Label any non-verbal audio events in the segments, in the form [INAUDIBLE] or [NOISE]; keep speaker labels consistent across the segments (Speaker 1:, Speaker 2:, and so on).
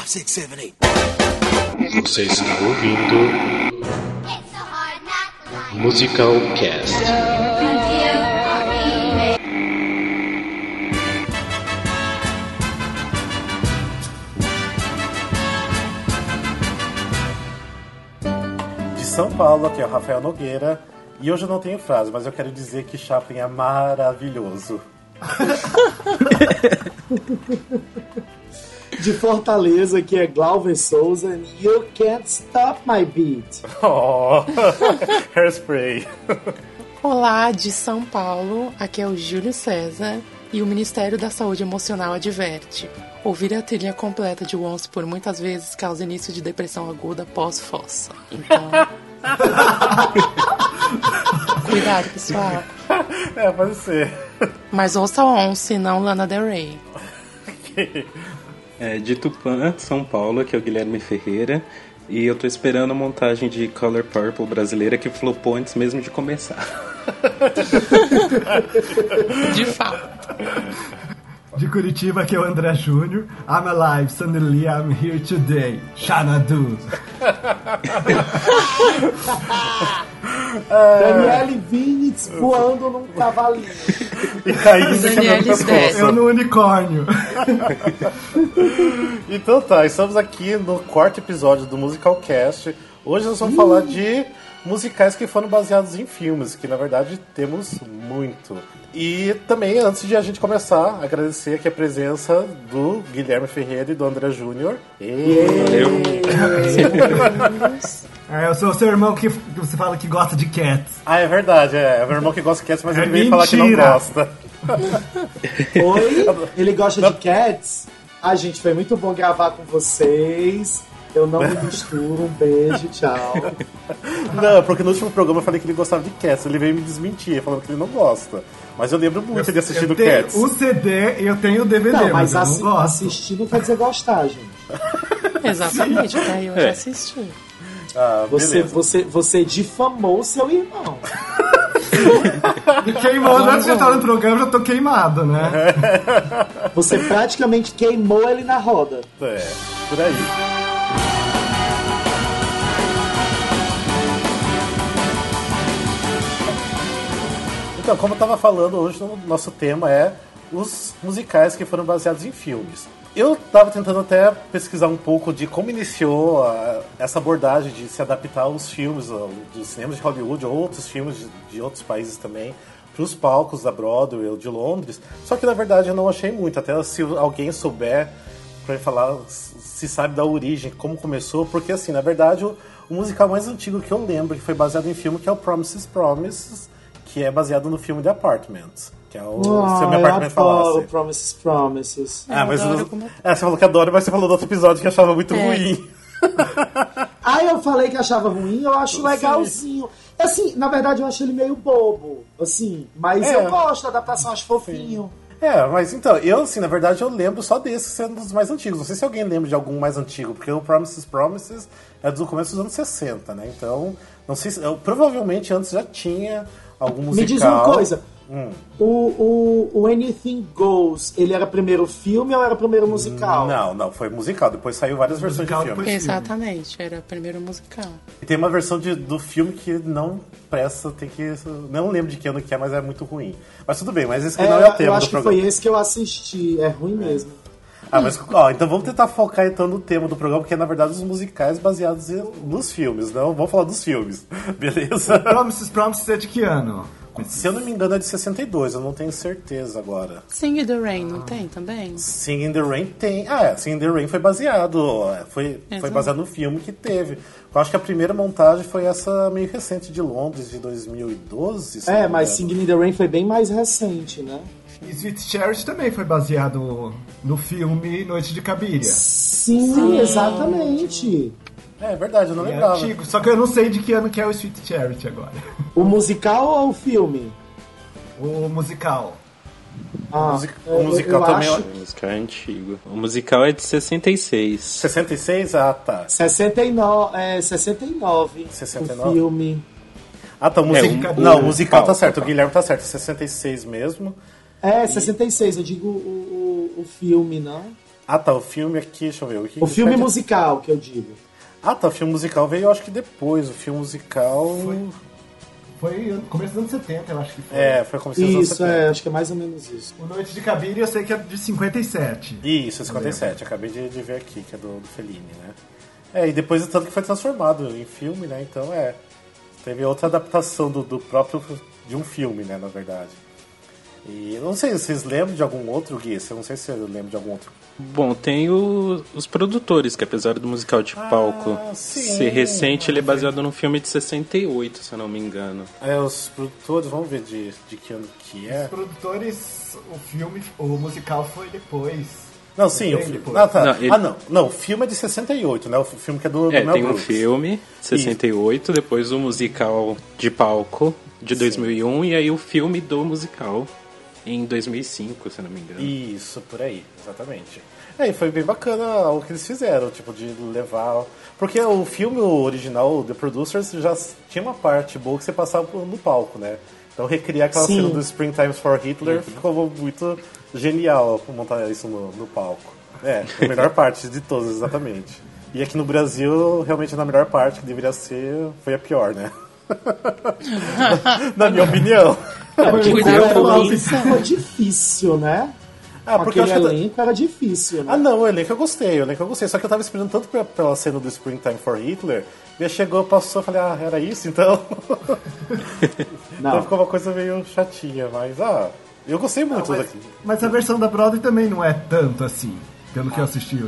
Speaker 1: 670.
Speaker 2: Você está ouvindo
Speaker 3: It's a hard knock life.
Speaker 2: Musical Cast.
Speaker 4: de São Paulo, aqui é o Rafael Nogueira. E hoje eu não tenho frase, mas eu quero dizer que Chaplin é maravilhoso.
Speaker 5: De Fortaleza, que é Glauber Souza, and You Can't Stop My Beat.
Speaker 4: [LAUGHS] Oh, [LAUGHS] hairspray.
Speaker 6: Olá, de São Paulo, aqui é o Júlio César e o Ministério da Saúde Emocional adverte. Ouvir a trilha completa de Once por muitas vezes causa início de depressão aguda pós-fossa. Então.
Speaker 5: [LAUGHS]
Speaker 6: Cuidado, pessoal.
Speaker 4: É, pode ser.
Speaker 6: Mas ouça Once, não Lana Del Rey.
Speaker 7: É, de Tupã, São Paulo, que é o Guilherme Ferreira. E eu tô esperando a montagem de Color Purple brasileira que flopou antes mesmo de começar.
Speaker 6: De fato.
Speaker 8: De Curitiba, que é o André Júnior. I'm alive, suddenly I'm here today. Xanadu.
Speaker 4: É.
Speaker 5: Daniele Vinitz voando num cavalinho.
Speaker 4: E tá [LAUGHS] caindo e
Speaker 6: Daniel
Speaker 4: quebrando o pescoço.
Speaker 8: Eu no unicórnio.
Speaker 4: Então tá, estamos aqui no quarto episódio do Musical Cast. Hoje nós vamos falar de musicais que foram baseados em filmes, que na verdade temos muito. E também, antes de a gente começar, agradecer aqui a presença do Guilherme Ferreira e do André Júnior. E
Speaker 8: É, eu sou o seu irmão que, que você fala que gosta de cats.
Speaker 4: Ah, é verdade, é. É meu irmão que gosta de cats, mas
Speaker 8: É
Speaker 4: ele veio falar que não
Speaker 8: mentira.
Speaker 4: gosta.
Speaker 5: Oi, ele gosta de cats? Ai, gente, foi muito bom gravar com vocês. Eu não me misturo, um beijo,
Speaker 4: [LAUGHS]
Speaker 5: tchau.
Speaker 4: Não, porque no último programa eu falei que ele gostava de cats. Ele veio me desmentir, falando que ele não gosta. Mas eu lembro muito de assistir
Speaker 8: eu
Speaker 4: do
Speaker 8: tenho
Speaker 4: Cats.
Speaker 8: o CD e eu tenho o DVD,
Speaker 5: Não, mas
Speaker 8: mas, assim, eu
Speaker 5: assi
Speaker 8: não gosto.
Speaker 5: assistir não quer dizer gostar, gente.
Speaker 6: Exatamente, até eu já assisti.
Speaker 4: Ah,
Speaker 5: Você,
Speaker 4: beleza.
Speaker 5: você, você difamou seu irmão.
Speaker 8: Me queimando, antes de entrar é tá no programa, assim, eu já tô queimado, né?
Speaker 5: Você praticamente queimou ele na roda.
Speaker 4: É, por aí. Então, como eu tava falando, hoje o nosso tema é os musicais que foram baseados em filmes. Eu tava tentando até pesquisar um pouco de como iniciou a- essa abordagem de se adaptar aos filmes ó, dos cinemas de Hollywood ou outros filmes de, de outros países também para os palcos da Broadway ou de Londres. Só que na verdade eu não achei muito. Até se alguém souber pra ele falar se sabe da origem, como começou, porque assim, na verdade, o, o musical mais antigo que eu lembro, que foi baseado em filme, que é o Promises Promises, que é baseado no filme The Apartments, que é o Se o Meu
Speaker 5: Ah, eu
Speaker 4: Apartment
Speaker 5: adoro
Speaker 4: Falasse.
Speaker 5: Promises Promises.
Speaker 4: Ah, mas
Speaker 6: Eu adoro
Speaker 4: você-
Speaker 6: como-
Speaker 4: é, você falou que adora, mas você falou do outro episódio que achava muito
Speaker 6: É.
Speaker 4: ruim.
Speaker 5: Ah, eu falei que achava ruim, eu acho legalzinho. Assim, na verdade, eu acho ele meio bobo, assim. Mas
Speaker 4: É.
Speaker 5: eu gosto da adaptação, acho fofinho.
Speaker 4: É, mas então, eu assim, na verdade, eu lembro só desse sendo um dos mais antigos. Não sei se alguém lembra de algum mais antigo, porque o Promises Promises é do começo dos anos 60, né? Então, não sei se. eu- provavelmente antes já tinha algum musical.
Speaker 5: Me diz uma coisa.
Speaker 4: Hum.
Speaker 5: O, o, o Anything Goes, ele era primeiro filme ou era primeiro musical?
Speaker 4: Não, não, foi musical. Depois saiu várias versões de
Speaker 8: Musical
Speaker 4: filme.
Speaker 8: depois-
Speaker 6: Exatamente, era o primeiro musical.
Speaker 4: E tem uma versão de- do filme que não presta, tem que. Não lembro de que ano que é, mas é muito ruim. Mas tudo bem, mas esse que
Speaker 5: É,
Speaker 4: não é o tema
Speaker 5: eu acho
Speaker 4: do
Speaker 5: que
Speaker 4: programa.
Speaker 5: foi esse que eu assisti. É ruim mesmo.
Speaker 4: Ah, mas ó, então vamos tentar focar então no tema do programa, porque na verdade os musicais baseados em- nos filmes, não? Vamos falar dos filmes, [LAUGHS] beleza?
Speaker 8: Promises, Promises é de que ano?
Speaker 4: Se eu não me engano é de 62, eu não tenho certeza agora.
Speaker 6: Sing in the Rain, não tem também?
Speaker 5: Ah.
Speaker 4: Sing in the Rain tem. Ah, é, Sing in the Rain foi baseado. é, Foi, foi
Speaker 6: Exato.
Speaker 4: baseado no filme que teve. Eu acho que a primeira montagem foi essa meio recente de Londres, de 2012. se
Speaker 5: É,
Speaker 4: não me
Speaker 5: mas
Speaker 4: engano.
Speaker 5: Singing in the Rain foi bem mais recente, né?
Speaker 8: E Sweet Charity também foi baseado no filme Noite de Cabiria.
Speaker 5: Sim, exatamente.
Speaker 4: É verdade, eu não
Speaker 8: É
Speaker 4: lembrava.
Speaker 8: antigo, só que eu não sei de que ano que é o Sweet Charity agora. [LAUGHS]
Speaker 5: O musical ou o filme?
Speaker 8: O musical.
Speaker 5: Ah,
Speaker 4: Music- o
Speaker 5: eu-
Speaker 4: musical
Speaker 5: eu
Speaker 4: também,
Speaker 5: acho
Speaker 4: ó.
Speaker 7: O musical é antigo. O musical é de 66.
Speaker 4: 66? Ah, tá.
Speaker 5: 69, é, 69,
Speaker 4: 69?
Speaker 5: o filme.
Speaker 4: Ah, tá, o music...
Speaker 8: um-
Speaker 4: Não, o
Speaker 8: um-
Speaker 4: musical tá
Speaker 7: pau,
Speaker 4: certo, o
Speaker 7: pau.
Speaker 4: Guilherme tá certo, 66 mesmo.
Speaker 5: É, 66, eu digo o, o, o filme, não?
Speaker 4: Ah, tá, o filme aqui, deixa eu ver. O, que
Speaker 5: O
Speaker 4: que
Speaker 5: filme
Speaker 4: pede-
Speaker 5: musical que eu digo.
Speaker 4: Ah, tá, o filme musical veio, eu acho que depois. O filme musical.
Speaker 8: Foi. Foi no começo dos anos 70, eu acho que foi.
Speaker 4: É, foi como se
Speaker 5: Isso, é, acho que é mais ou menos isso.
Speaker 8: O Noite de Cabine eu sei que é de 57.
Speaker 4: Isso, é 57. Acabei de, de ver aqui, que é do, do Fellini, né? É, e depois o tanto que foi transformado em filme, né? Então é. Teve outra adaptação do, do próprio. de um filme, né, na verdade. E eu não sei, vocês lembram de algum outro, Gui? Eu não sei se eu lembro de algum outro.
Speaker 7: Bom, tem o- os produtores, que apesar do musical de palco
Speaker 4: sim.
Speaker 7: ser recente, ele é baseado num filme de 68, se eu não me engano.
Speaker 4: É, os produtores, vamos ver de, de que ano que
Speaker 8: Os
Speaker 4: é.
Speaker 8: produtores, o filme, o musical foi depois.
Speaker 4: Não, sim,
Speaker 8: Não
Speaker 4: o
Speaker 8: tem
Speaker 4: filme.
Speaker 8: depois.
Speaker 4: Ah, tá.
Speaker 7: Não, ele-
Speaker 4: Ah, não. Não, o filme é de 68, né? O filme que é do, do
Speaker 7: É,
Speaker 4: Mel
Speaker 7: tem um
Speaker 4: Brooks.
Speaker 7: filme, 68, depois o musical de palco de 2001 e aí o filme do musical em 2005, se eu não me engano.
Speaker 4: Isso, por aí, exatamente. É, e foi bem bacana o que eles fizeram, tipo, de levar. Porque o filme original, o The Producers, já tinha uma parte boa que você passava por- no palco, né? Então recriar aquela
Speaker 5: Sim.
Speaker 4: cena do Spring Times for Hitler ficou muito genial pra montar isso no, no palco. É, a melhor parte de todas, exatamente. E aqui no Brasil, realmente na melhor parte, que deveria ser, foi a pior, né? [LAUGHS] Na minha opinião.
Speaker 5: É, Porque
Speaker 7: cuidado
Speaker 5: era
Speaker 7: com
Speaker 5: uma
Speaker 7: isso.
Speaker 5: opção difícil, né?
Speaker 4: Ah,
Speaker 5: Com
Speaker 4: porque eu
Speaker 5: Aquele
Speaker 4: acho que.
Speaker 5: elenco era difícil, né?
Speaker 4: Ah, não, o elenco eu gostei, o elenco eu gostei. Só que eu tava esperando tanto pra- pela cena do Springtime for Hitler, e aí chegou, passou, eu falei, ah, era isso então? então
Speaker 5: não.
Speaker 4: ficou uma coisa meio chatinha, mas ah, eu gostei muito
Speaker 8: Mas,
Speaker 4: daqui.
Speaker 8: mas a versão da Broadway também não é tanto assim, pelo que eu assisti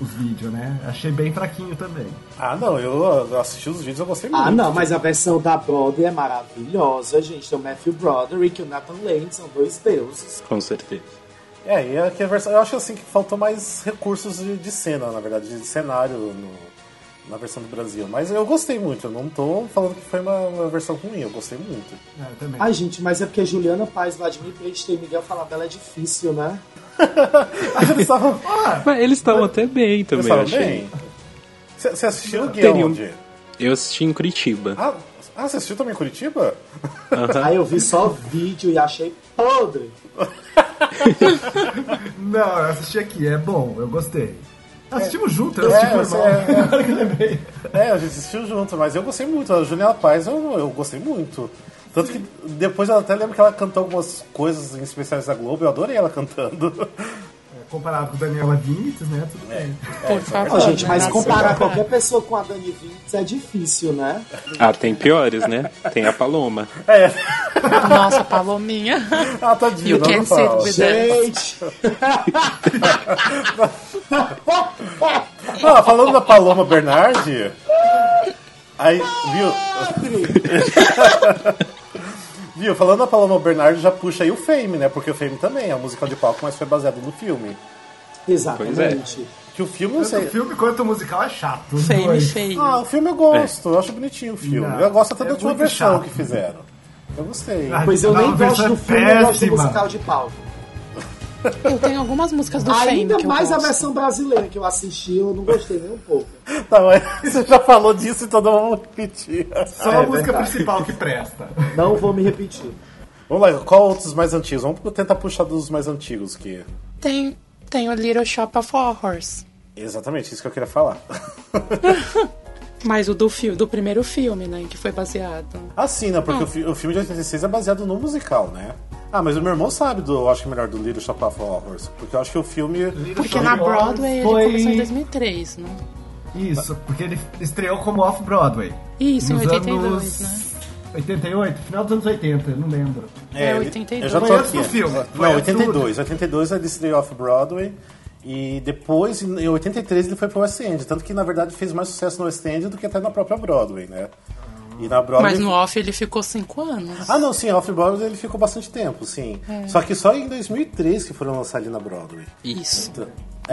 Speaker 8: os vídeos, né? Achei bem fraquinho também.
Speaker 4: Ah, não, eu eu assisti os vídeos, eu gostei muito.
Speaker 5: Ah, não, mas a versão da Broadway é maravilhosa, gente. Tem o Matthew Broderick e o Nathan Lane, são dois deuses.
Speaker 7: Com certeza.
Speaker 4: É, e aqui a versão, eu acho assim que faltou mais recursos de, de cena, na verdade, de cenário no- na versão do Brasil. Mas eu gostei muito, eu não tô falando que foi uma, uma versão ruim, eu gostei muito.
Speaker 8: É, também.
Speaker 5: Ai, gente, mas é porque Juliana Paz, Vladimir Preste e Miguel falar dela é difícil, né?
Speaker 4: Mas eles estavam
Speaker 7: Ah, Mas eles estavam até bem também, eu achei.
Speaker 4: bem. Você você assistiu o Gui
Speaker 7: Teria um-
Speaker 4: onde?
Speaker 7: Eu assisti em Curitiba.
Speaker 4: Ah, ah, você assistiu também em Curitiba?
Speaker 5: Aí eu vi só vídeo e achei podre.
Speaker 8: Não, eu assisti aqui, é bom, eu gostei. Assistimos junto, eu
Speaker 4: É,
Speaker 8: assisti com o
Speaker 4: você-
Speaker 8: irmão.
Speaker 4: é.
Speaker 8: [LAUGHS] Agora que eu lembrei.
Speaker 4: É, a gente assistiu junto, mas eu gostei muito. A Juliana Paz, eu, eu gostei muito. Tanto que depois eu até lembro que ela cantou algumas coisas em especiais da Globo, eu adorei ela cantando. [LAUGHS]
Speaker 8: É, Comparado com o Daniela Vintes, né? Tudo bem.
Speaker 6: Por favor.
Speaker 5: Não, É, gente, mas
Speaker 6: né?
Speaker 5: comparar qualquer pessoa com a Dani Vintes é difícil, né?
Speaker 7: Ah, tem piores, né? Tem a Paloma.
Speaker 5: um.
Speaker 6: Nossa, Palominha.
Speaker 4: Ah, tadinha,
Speaker 6: You
Speaker 4: não, não
Speaker 6: can't sit
Speaker 4: fala.
Speaker 6: with
Speaker 5: Gente!
Speaker 4: Ah, falando da Paloma Bernardi. Aí, viu? [LAUGHS] viu, falando da Paloma Bernardi, já puxa aí o Fame, né? Porque o Fame também é um musical de palco, mas foi baseado no filme.
Speaker 5: Exatamente.
Speaker 8: é.
Speaker 4: Que o filme, eu
Speaker 8: Tanto
Speaker 4: sei.
Speaker 8: o filme quanto o musical é chato. os
Speaker 6: Feio,
Speaker 8: dois.
Speaker 6: feio.
Speaker 4: Ah, o filme eu gosto, eu acho bonitinho o filme.
Speaker 8: É. Não,
Speaker 4: eu gosto até
Speaker 8: é
Speaker 4: da última
Speaker 8: muito
Speaker 4: versão
Speaker 8: chato.
Speaker 4: que fizeram. Eu gostei. [LAUGHS]
Speaker 8: Ah,
Speaker 5: Pois eu
Speaker 8: não,
Speaker 5: nem
Speaker 8: a versão
Speaker 5: gosto do
Speaker 8: é
Speaker 5: filme, eu gosto do
Speaker 8: péssima.
Speaker 5: musical de palco.
Speaker 6: Eu tenho algumas músicas do Fame
Speaker 5: Ainda
Speaker 6: que eu
Speaker 5: mais a
Speaker 6: gosto.
Speaker 5: versão brasileira que eu assisti, eu não gostei nem um pouco.
Speaker 4: Tá, mas você já falou disso, então não vamos repetir.
Speaker 8: Só
Speaker 4: né?
Speaker 5: É
Speaker 8: a música
Speaker 5: verdade.
Speaker 8: principal que presta.
Speaker 5: Não vou me repetir.
Speaker 4: Vamos lá, qual outros mais antigos? Vamos tentar puxar dos mais antigos que.
Speaker 6: Tem, tem o Little Shop of Horrors.
Speaker 4: Exatamente, isso que eu queria falar.
Speaker 6: Mas o do, fi- do primeiro filme, né? Que foi baseado.
Speaker 4: Ah, sim, né? Porque o, fi- o filme de 86 é baseado no musical, né? Ah, mas o meu irmão sabe do, eu acho que é melhor, do Little Shop of Horrors. Porque eu acho que o filme.
Speaker 6: Porque na Broadway ele
Speaker 8: Foi-
Speaker 6: começou em 2003, né?
Speaker 8: Isso, porque ele estreou como Off-Broadway.
Speaker 6: Isso, em
Speaker 8: Nos
Speaker 6: 82,
Speaker 8: anos... né? 88, final dos anos 80, eu não lembro.
Speaker 6: É,
Speaker 4: ele-
Speaker 6: 82.
Speaker 4: Eu já tô
Speaker 8: Foi antes
Speaker 4: aqui.
Speaker 8: do filme,
Speaker 4: É,
Speaker 8: foi
Speaker 4: Não,
Speaker 8: antes do-
Speaker 4: 82. 82 ele estreou off-Broadway. E depois, em 83, ele foi pro West End. Tanto que, na verdade, fez mais sucesso no West End do que até na própria Broadway, né? E na Broadway...
Speaker 6: Mas no off ele ficou cinco anos.
Speaker 4: Ah, não, sim, off-Broadway ele ficou bastante tempo, sim.
Speaker 6: É.
Speaker 4: Só que só em 2003 que foram lançar ele na Broadway.
Speaker 6: Isso.
Speaker 4: Então,
Speaker 8: Aqui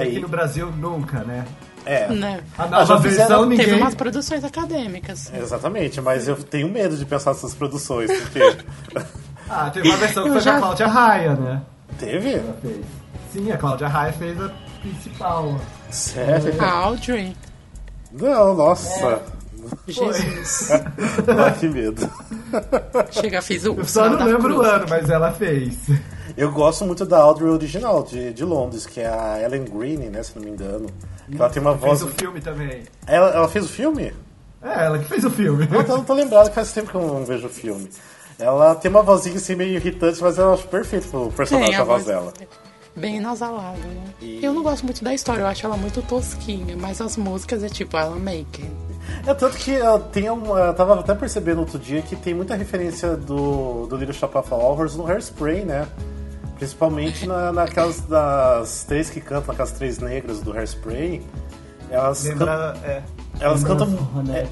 Speaker 4: aí,
Speaker 8: no Brasil, nunca, né?
Speaker 4: é,
Speaker 6: Né?
Speaker 8: A
Speaker 4: Ah, já
Speaker 8: nova
Speaker 4: fizeram-
Speaker 8: versão,
Speaker 6: Teve
Speaker 8: ninguém...
Speaker 6: umas produções acadêmicas.
Speaker 4: exatamente. Mas eu tenho medo de pensar nessas produções, porque...
Speaker 8: [LAUGHS] Ah, teve uma versão que
Speaker 6: Eu
Speaker 8: foi com
Speaker 6: já-
Speaker 8: a Cláudia Raia, né?
Speaker 4: Teve?
Speaker 8: Ela fez. Sim, a Cláudia Raia fez a principal. É.
Speaker 4: Sério?
Speaker 6: A Audrey.
Speaker 4: Não, nossa.
Speaker 8: [LAUGHS]
Speaker 6: Jesus.
Speaker 8: É.
Speaker 4: Ai, que medo.
Speaker 6: Chega, fiz o
Speaker 8: Eu só
Speaker 6: sinal
Speaker 8: não
Speaker 6: da
Speaker 8: lembro o
Speaker 6: cruz.
Speaker 8: ano, mas ela fez.
Speaker 4: Eu gosto muito da Audrey original, de, de Londres, que é a Ellen Green, né, se não me engano. Que ela tem uma voz.
Speaker 8: Fez o filme também.
Speaker 4: Ela, ela fez o filme?
Speaker 8: É, ela que fez o filme.
Speaker 4: Eu
Speaker 6: é
Speaker 4: não tô lembrado, faz tempo que eu não vejo o filme. Ela tem uma vozinha assim meio irritante, mas eu acho perfeito pro personagem
Speaker 6: Tem,
Speaker 4: da
Speaker 6: a
Speaker 4: voz
Speaker 6: voz
Speaker 4: dela.
Speaker 6: Bem nasalada, né? Eu não gosto muito da história, eu acho ela muito tosquinha, mas as músicas é tipo ela Maker.
Speaker 4: É tanto que ah, tem uma. Eu tava até percebendo outro dia que tem muita referência do, do Little Shop of Horrors no Hairspray, né? Principalmente na, naquelas das três que cantam, aquelas três negras do Hairspray. Elas cantam.
Speaker 8: [LAUGHS] Lembra, é,
Speaker 4: Elas
Speaker 8: lembra
Speaker 4: cantam- É,
Speaker 8: a Ronette.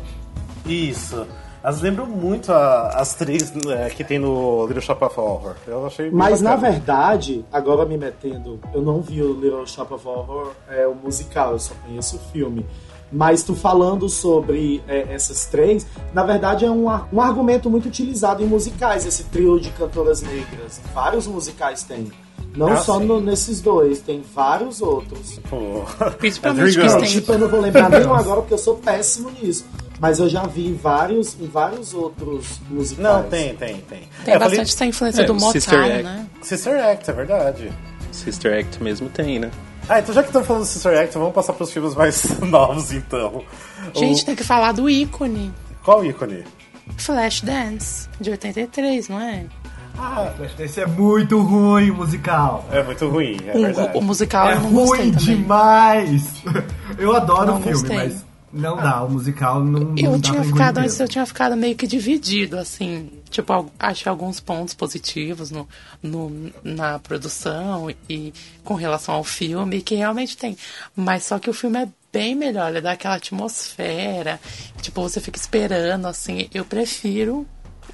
Speaker 4: Isso. Elas lembram muito a- as três né, que tem no Little Shop of Horror. Eu achei bem
Speaker 5: Mas na
Speaker 4: bacana.
Speaker 5: verdade, agora me metendo, eu não vi o Little Shop of Horror, é, o musical, eu só conheço o filme. Mas tu falando sobre é, essas três, na verdade é um, ar- um argumento muito utilizado em musicais, esse trio de cantoras negras. Vários musicais tem. Não
Speaker 4: Ah,
Speaker 5: só
Speaker 4: sim.
Speaker 5: no- nesses dois, tem vários outros.
Speaker 4: Pô, [LAUGHS]
Speaker 6: Principalmente
Speaker 4: Dream
Speaker 6: que
Speaker 5: Não,
Speaker 4: Girls.
Speaker 6: tem.
Speaker 5: tipo, eu não vou
Speaker 4: [LAUGHS]
Speaker 5: lembrar nenhum agora porque eu sou péssimo nisso. Mas eu já vi em vários, em vários outros musicais.
Speaker 4: Não, tem, tem,
Speaker 6: Tem
Speaker 4: tem. É, eu falei-
Speaker 6: bastante essa influência
Speaker 7: É,
Speaker 6: do
Speaker 7: o
Speaker 6: Motown,
Speaker 7: Sister Act.
Speaker 6: né?
Speaker 4: Sister Act, é verdade.
Speaker 7: Sister Act mesmo tem, né?
Speaker 4: Ah, então já que estamos falando do Sister Act, vamos passar para os filmes mais [LAUGHS] novos, então.
Speaker 6: Gente,
Speaker 4: O-
Speaker 6: tem que falar do ícone.
Speaker 4: Qual ícone?
Speaker 6: Flashdance, de 83, não é?
Speaker 8: Flash Dance é muito ruim, o musical.
Speaker 4: É muito ruim, é verdade.
Speaker 6: O, o musical
Speaker 8: é
Speaker 6: Ah, eu não gostei
Speaker 8: ruim
Speaker 6: também.
Speaker 8: demais. [LAUGHS] Eu adoro
Speaker 6: Não
Speaker 8: o filme,
Speaker 6: gostei.
Speaker 8: mas não dá. O musical não, não
Speaker 6: Eu
Speaker 8: dá
Speaker 6: tinha
Speaker 8: pra
Speaker 6: ficado,
Speaker 8: engolir
Speaker 6: antes eu tinha ficado meio que dividido, assim. Tipo, al- achei alguns pontos positivos no, no- na produção e com relação ao filme, que realmente tem. Mas só que o filme é bem melhor, ele dá aquela atmosfera, tipo, você fica esperando, assim. Eu prefiro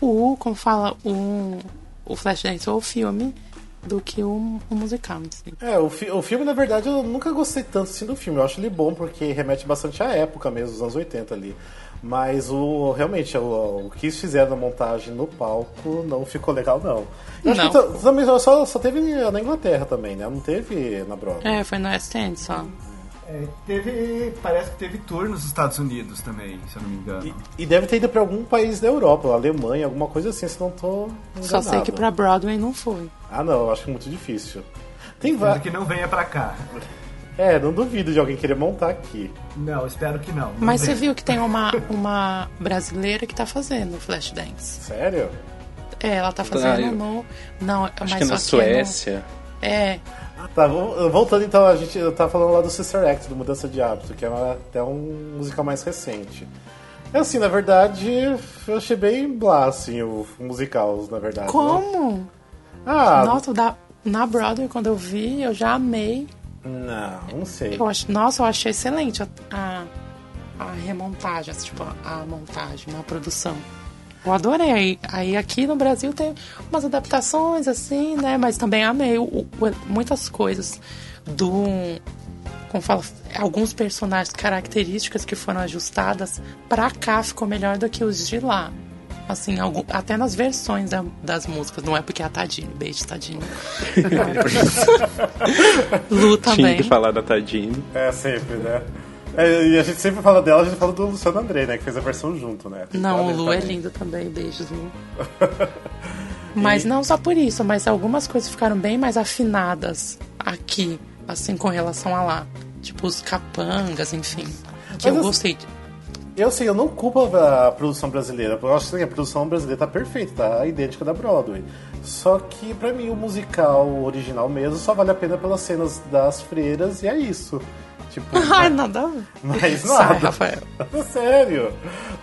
Speaker 6: o, como fala, o, o Flashdance ou o filme do que o, o musical, assim.
Speaker 4: É, o, fi- o filme, na verdade, eu nunca gostei tanto assim do filme. Eu acho ele bom porque remete bastante à época mesmo, dos anos 80 ali. Mas o realmente, o, o que eles fizeram na montagem no palco não ficou legal, não. Eu acho
Speaker 6: Não.
Speaker 4: que ta- também só, só teve na Inglaterra também, né? Não teve na Broadway.
Speaker 6: É, foi no West End só.
Speaker 8: É, teve, parece que teve tour nos Estados Unidos também, se eu não me engano.
Speaker 4: E, e deve ter ido pra algum país da Europa, Alemanha, alguma coisa assim, se não tô enganado.
Speaker 6: Só sei que pra Broadway não foi.
Speaker 4: Ah, não, eu acho muito difícil. Tem
Speaker 8: Espero
Speaker 4: vários.
Speaker 8: que não venha pra cá.
Speaker 4: É, não duvido de alguém querer montar aqui.
Speaker 8: Não, espero que não. Não
Speaker 6: Mas você
Speaker 8: venha.
Speaker 6: viu que tem uma, uma brasileira que tá fazendo Flashdance.
Speaker 4: Sério?
Speaker 6: É, ela tá fazendo
Speaker 7: eu-
Speaker 6: no. Não, mas
Speaker 7: Acho que é
Speaker 6: só
Speaker 7: na Suécia.
Speaker 6: Que é, no-
Speaker 4: Tá, vo- voltando então, a gente tá falando lá do Sister Act, do Mudança de Hábito, que é uma- até um musical mais recente. É assim, na verdade, eu achei bem blá, assim, o o musical, na
Speaker 6: é.
Speaker 4: verdade. né?
Speaker 6: Como?
Speaker 4: Ah,
Speaker 6: Nossa, da, na Broadway, quando eu vi, eu já amei.
Speaker 4: não, não sei.
Speaker 6: Eu ach, nossa, eu achei excelente a, a, a remontagem, assim, tipo, a montagem, a produção. Eu adorei. Aí- Aí aqui no Brasil tem umas adaptações, assim, né? Mas também amei o- o- muitas coisas do. Como fala, alguns personagens, características que foram ajustadas pra cá ficou melhor do que os de lá. Assim, algum- até nas versões da- das músicas, não é porque é a Tadine, beijo Tadine. Lu
Speaker 7: Tinha
Speaker 6: também.
Speaker 7: que falar da Tadine.
Speaker 4: É, sempre, né? É, e a gente sempre fala dela, a gente fala do Luciano André, né? Que fez a versão junto, né? Tem que
Speaker 6: Não,
Speaker 4: falar
Speaker 6: o
Speaker 4: dele
Speaker 6: Lu é
Speaker 4: também.
Speaker 6: lindo também, beijos, [LAUGHS] Lu. mas não só por isso, mas algumas coisas ficaram bem mais afinadas aqui, assim, com relação a lá. Tipo, os capangas, enfim. Que eu
Speaker 4: eu-
Speaker 6: gostei.
Speaker 4: Eu assim, eu não culpo a a produção brasileira. Eu acho que assim, a produção brasileira tá perfeita, tá idêntica da Broadway. Só que pra mim o musical original mesmo só vale a pena pelas cenas das freiras e é isso. Tipo,
Speaker 6: [LAUGHS]
Speaker 5: [LAUGHS]
Speaker 6: Ai, nada a ver.
Speaker 4: mais
Speaker 5: é
Speaker 6: Sai,
Speaker 4: nada. É
Speaker 6: Rafael.
Speaker 4: [LAUGHS] Sério.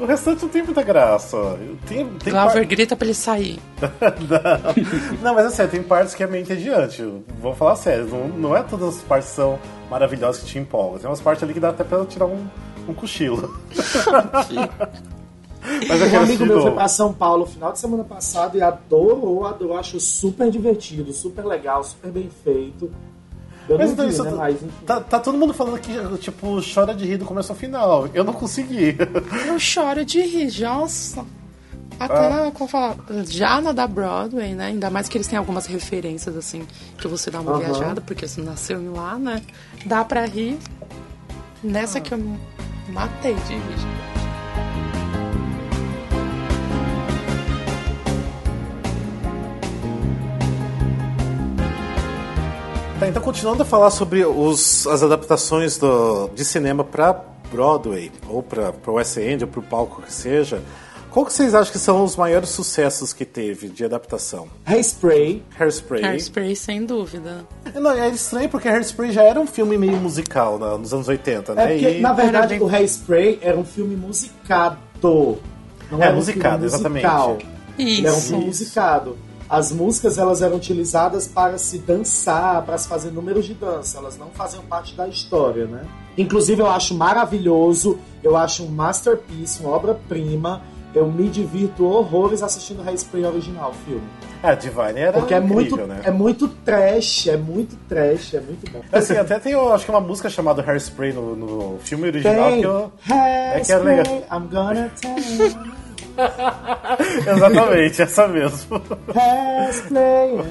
Speaker 4: O restante não tem muita graça. Tem, tem
Speaker 6: Glauber
Speaker 4: par-
Speaker 6: grita pra ele sair.
Speaker 4: Não, mas é sério, tem partes que é meio entediante. Vou falar sério, não, não é todas as partes que são maravilhosas que te empolgam. Tem umas partes ali que dá até pra tirar um,
Speaker 5: [LAUGHS]
Speaker 4: um cochilo. mas eu
Speaker 5: Um
Speaker 4: quero assistir
Speaker 5: amigo
Speaker 4: de
Speaker 5: meu foi
Speaker 4: novo.
Speaker 5: pra São Paulo final de semana passado e adorou, adorou, acho super divertido, super legal, super bem feito. Eu
Speaker 4: Mas
Speaker 5: não
Speaker 4: então
Speaker 5: vi,
Speaker 4: isso.
Speaker 5: né,
Speaker 4: tá-
Speaker 5: mas enfim.
Speaker 4: tá, tá todo mundo falando que, tipo, chora de rir do começo ao final. Eu não [LAUGHS] consegui.
Speaker 6: Eu choro de rir, nossa. Até
Speaker 4: Ah.
Speaker 6: na, como fala, já na da Broadway, né? Ainda mais que eles têm algumas referências, assim, que você dá uma
Speaker 5: Aham.
Speaker 6: viajada, porque você nasceu em lá, né? Dá pra rir. Nessa que eu me matei de rir.
Speaker 4: Tá, então continuando a falar sobre os, as adaptações do, de cinema pra Broadway, ou pra, pra West End, ou pro palco que seja, qual que vocês acham que são os maiores sucessos que teve de adaptação?
Speaker 5: Hairspray.
Speaker 4: Hairspray.
Speaker 6: Hairspray, sem dúvida.
Speaker 4: Não, é estranho porque Hairspray já era um filme meio musical né, nos anos 80, né?
Speaker 5: É porque,
Speaker 4: E-
Speaker 5: na verdade,
Speaker 6: Era bem-
Speaker 5: o Hairspray era um filme musicado. Não
Speaker 4: É,
Speaker 5: era um filme
Speaker 4: musicado,
Speaker 5: musical.
Speaker 4: exatamente.
Speaker 5: Ele era um
Speaker 6: Isso.
Speaker 5: filme musicado. As músicas elas eram utilizadas para se dançar, para se fazer números de dança. Elas não faziam parte da história, né? Inclusive eu acho maravilhoso, eu acho um masterpiece, uma obra-prima. Eu me divirto horrores assistindo Hairspray original, o filme.
Speaker 4: É, Divine era
Speaker 5: Porque é
Speaker 4: incrível,
Speaker 5: muito,
Speaker 4: né?
Speaker 5: é muito trash, é muito trash, é muito bom.
Speaker 4: Assim, até tem, eu acho que é uma música chamada Hairspray no, no filme original
Speaker 5: Tem
Speaker 4: que eu...
Speaker 5: Hairspray,
Speaker 4: que é legal.
Speaker 5: I'm gonna take
Speaker 4: Exatamente, essa mesmo.
Speaker 5: Hairspray.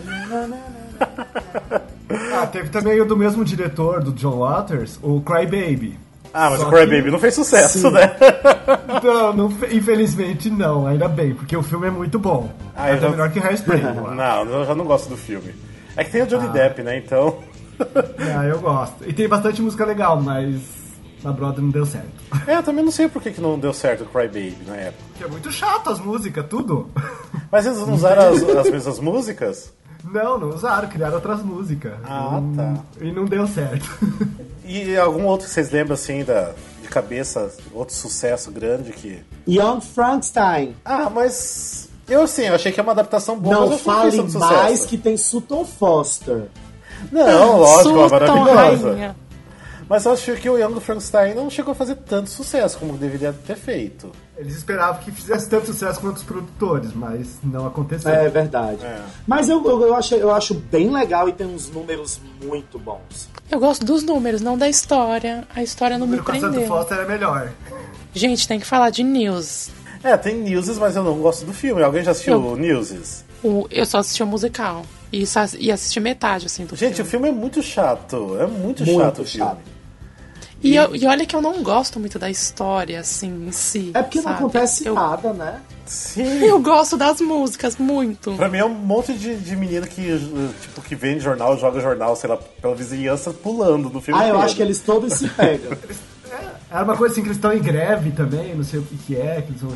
Speaker 8: Ah, teve também o do mesmo diretor, do John Waters, o Cry Baby.
Speaker 4: Ah, mas
Speaker 8: Só
Speaker 4: o Cry
Speaker 8: que-
Speaker 4: Baby não fez sucesso,
Speaker 5: Sim.
Speaker 4: né?
Speaker 8: Não, não, infelizmente não, ainda bem, porque o filme é muito bom.
Speaker 4: Ah, eu
Speaker 8: Até
Speaker 4: já-
Speaker 8: melhor que Hairspray. eu acho.
Speaker 4: [LAUGHS] Não, eu já não gosto do filme. É que tem o Johnny Depp, né? Então.
Speaker 8: Ah, eu gosto. E tem bastante música legal, mas na Broadway não deu certo.
Speaker 4: É, eu também não sei por que, que não deu certo o Cry Baby na época.
Speaker 8: Porque é muito chato as músicas, tudo. [LAUGHS]
Speaker 4: Mas eles não usaram as, as mesmas músicas?
Speaker 8: Não, não usaram, criaram outras músicas.
Speaker 4: Ah,
Speaker 8: Hum,
Speaker 4: tá.
Speaker 8: E não deu certo. [LAUGHS]
Speaker 4: E algum outro que vocês lembram assim da, de cabeça, outro sucesso grande que.
Speaker 5: Young Frankenstein.
Speaker 4: Ah, mas. Eu assim, eu achei que é uma adaptação boa,
Speaker 5: Não
Speaker 4: mas eu não
Speaker 5: fale
Speaker 4: sei se é um sucesso.
Speaker 5: mais que tem Sutton Foster.
Speaker 4: Não, lógico, é uma
Speaker 6: Sutton,
Speaker 4: maravilhosa.
Speaker 6: rainha.
Speaker 4: Mas eu acho que o Young Frankenstein não chegou a fazer tanto sucesso como deveria ter feito.
Speaker 8: Eles esperavam que fizesse tanto sucesso quanto os produtores, mas não aconteceu.
Speaker 5: É verdade. Mas eu, eu, eu acho, eu acho bem legal e tem uns números muito bons.
Speaker 6: Eu gosto dos números, não da história. A história não
Speaker 8: o
Speaker 4: tá
Speaker 6: me
Speaker 8: número com a Santo
Speaker 6: prendeu.
Speaker 8: Foster era melhor.
Speaker 6: Gente, tem que falar de news.
Speaker 4: É, tem Newses, mas eu não gosto do filme. Alguém já assistiu
Speaker 6: Eu-
Speaker 4: Newses?
Speaker 6: O- eu só assisti o musical. E, só- e assisti metade, assim, do
Speaker 4: Gente, o
Speaker 6: filme.
Speaker 4: filme é muito chato. É muito,
Speaker 5: Muito
Speaker 4: chato o filme.
Speaker 5: chato.
Speaker 6: E, eu- e olha que eu não gosto muito da história, assim, em si.
Speaker 5: É porque
Speaker 6: sabe?
Speaker 5: não acontece
Speaker 6: eu,
Speaker 5: nada, né?
Speaker 4: Sim.
Speaker 6: [LAUGHS] Eu gosto das músicas, muito.
Speaker 4: Pra mim é um monte de, de menino que, tipo, que vende jornal, joga jornal, sei lá, pela vizinhança, pulando no filme
Speaker 5: Ah, eu
Speaker 4: inteiro.
Speaker 5: acho que eles todos se
Speaker 6: [LAUGHS]
Speaker 5: pegam.
Speaker 8: Era uma coisa assim que eles estão em greve também, não sei o que, que é, que eles vão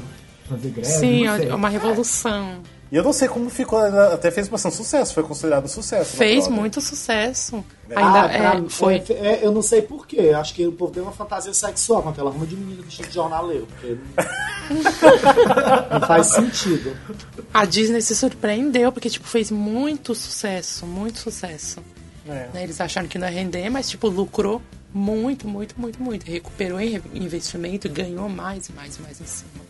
Speaker 8: fazer greve.
Speaker 6: Sim,
Speaker 8: não sei.
Speaker 6: é uma revolução.
Speaker 4: E eu não sei como ficou, ela até fez bastante sucesso, foi considerado um sucesso. né? na
Speaker 6: Fez
Speaker 4: Broadway.
Speaker 6: muito sucesso. Ainda
Speaker 5: Ah, pra-
Speaker 6: é, foi.
Speaker 5: é, é, eu não sei porquê. Acho que o povo tem uma fantasia sexual com aquela ruma de menina que chega de jornaleiro.
Speaker 4: [LAUGHS]
Speaker 5: Porque não, não faz sentido.
Speaker 6: A Disney se surpreendeu, porque, tipo, fez muito sucesso, muito sucesso.
Speaker 4: É.
Speaker 6: Né, Eles acharam que não ia render, mas, tipo, lucrou muito, muito, muito, muito. Recuperou em investimento e ganhou mais e mais e mais em cima.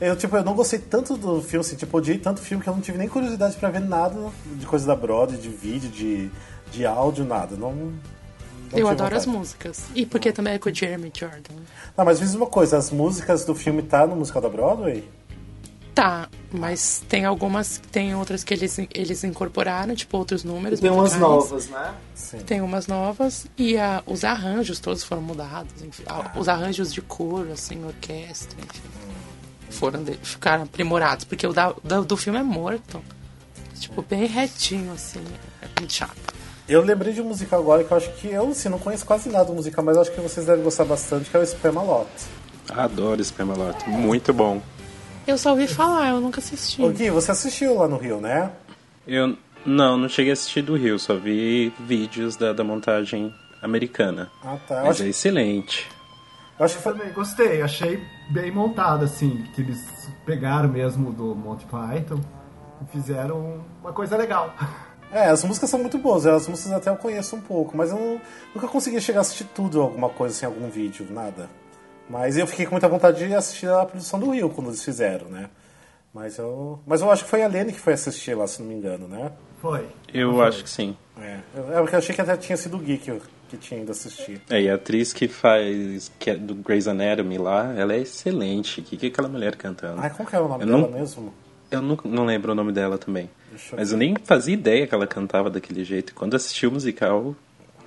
Speaker 4: Eu, tipo, eu não gostei tanto do filme, assim, tipo, odiei tanto o filme que eu não tive nem curiosidade pra ver nada de coisa da Broadway, de vídeo, de, de áudio, nada. Não, não tive
Speaker 6: eu adoro
Speaker 4: vontade.
Speaker 6: as músicas. E porque também é com o Jeremy Jordan.
Speaker 4: Não, mas diz uma coisa, as músicas do filme tá no musical da Broadway?
Speaker 6: Tá, mas tem algumas, tem outras que eles, eles incorporaram, tipo, outros números.
Speaker 5: Tem umas
Speaker 6: musicais.
Speaker 5: novas, né?
Speaker 4: Sim.
Speaker 6: Tem umas novas e ah, os arranjos todos foram mudados, enfim, ah, os arranjos de coro, assim, orquestra, enfim, foram de- ficaram aprimorados, porque o da, da- do filme é morto, tipo, bem retinho, assim, é muito chato.
Speaker 4: Eu lembrei de um musical agora que eu acho que eu, assim, não conheço quase nada do musical, mas eu acho que vocês devem gostar bastante, que é o Spamalot.
Speaker 7: Adoro Spamalot, muito bom.
Speaker 6: Eu só ouvi falar, eu nunca assisti.
Speaker 4: Ô Gui, você assistiu lá no Rio, né?
Speaker 7: Eu não, não cheguei a assistir do Rio, só vi vídeos da, da montagem americana.
Speaker 4: Ah, tá. Eu
Speaker 7: Mas
Speaker 4: acho,
Speaker 7: é excelente.
Speaker 4: eu acho
Speaker 8: Eu
Speaker 4: que foi...
Speaker 8: também gostei, achei bem montado, assim, que eles pegaram mesmo do Monty Python e fizeram uma coisa legal. [LAUGHS]
Speaker 4: É, as músicas são muito boas, as músicas até eu conheço um pouco, mas eu não- nunca consegui chegar a assistir tudo, alguma coisa, assim, algum vídeo, nada. Mas eu fiquei com muita vontade de assistir a produção do Rio, quando eles fizeram, né? Mas eu, mas eu acho que foi a Lene que foi assistir lá, se não me engano, né?
Speaker 8: Foi.
Speaker 7: Eu
Speaker 8: Foi.
Speaker 7: acho que sim.
Speaker 4: É, eu, eu achei que até tinha sido o Gui que, que tinha ido assistir.
Speaker 7: É, e a atriz que faz que é do Grey's Anatomy lá, ela é excelente. O que, que é aquela mulher cantando?
Speaker 4: Ai, como que é o nome
Speaker 7: Eu não-
Speaker 4: dela mesmo?
Speaker 7: Eu não, não lembro o nome dela também.
Speaker 4: Deixa eu
Speaker 7: Mas eu nem fazia ideia que ela cantava daquele jeito. E Quando assisti o musical,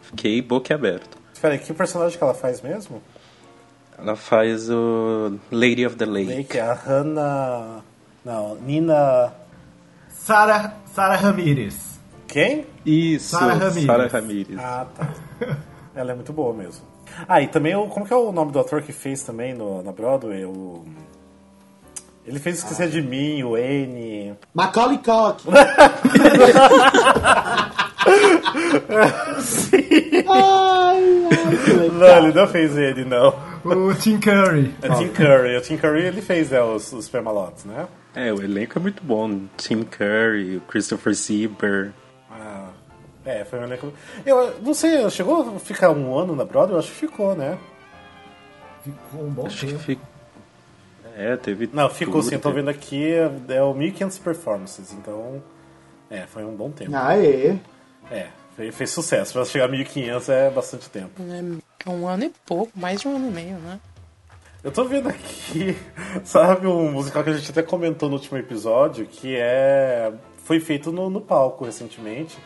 Speaker 7: fiquei boquiaberto.
Speaker 4: Espera aí, que personagem que ela faz mesmo?
Speaker 7: Ela faz o Lady of the Lake.
Speaker 4: Lake, a Hannah... Não, Nina...
Speaker 8: Sara Sara Ramirez.
Speaker 4: Quem?
Speaker 7: Isso,
Speaker 8: Sara Ramirez.
Speaker 7: Sara Ramirez.
Speaker 4: Ah, tá. [LAUGHS] Ela é muito boa mesmo. Ah, e também o. Como que é o nome do ator que fez também no, na Broadway? O. Ele fez Esquecer de Mim, o N.
Speaker 5: Macaulay Culkin. [LAUGHS] Ai, ai, que
Speaker 4: Não,
Speaker 5: legal.
Speaker 4: ele não fez ele, não.
Speaker 8: O Tim Curry.
Speaker 4: Tá. É Tim Curry. O Tim Curry ele fez é, os, os Permalotes, né?
Speaker 7: É, o elenco é muito bom. Tim Curry, o Christopher Sieber.
Speaker 4: Ah, é, foi um elenco. Eu não sei, chegou a ficar um ano na Broadway? Eu acho que ficou, né?
Speaker 8: Ficou um bom
Speaker 7: Acho que
Speaker 8: tempo.
Speaker 7: fica. É, teve.
Speaker 4: Não, ficou
Speaker 7: tudo,
Speaker 4: sim, eu tô
Speaker 7: teve-
Speaker 4: vendo aqui, é o 1500 performances, então. É, foi um bom tempo.
Speaker 5: Aê.
Speaker 4: É, fe- fez sucesso, pra chegar a 1500 é bastante tempo.
Speaker 6: É um ano e pouco, mais de um ano e meio, né?
Speaker 4: Eu tô vendo aqui, [LAUGHS] sabe, um musical que a gente até comentou no último episódio, que é. Foi feito no, no palco recentemente,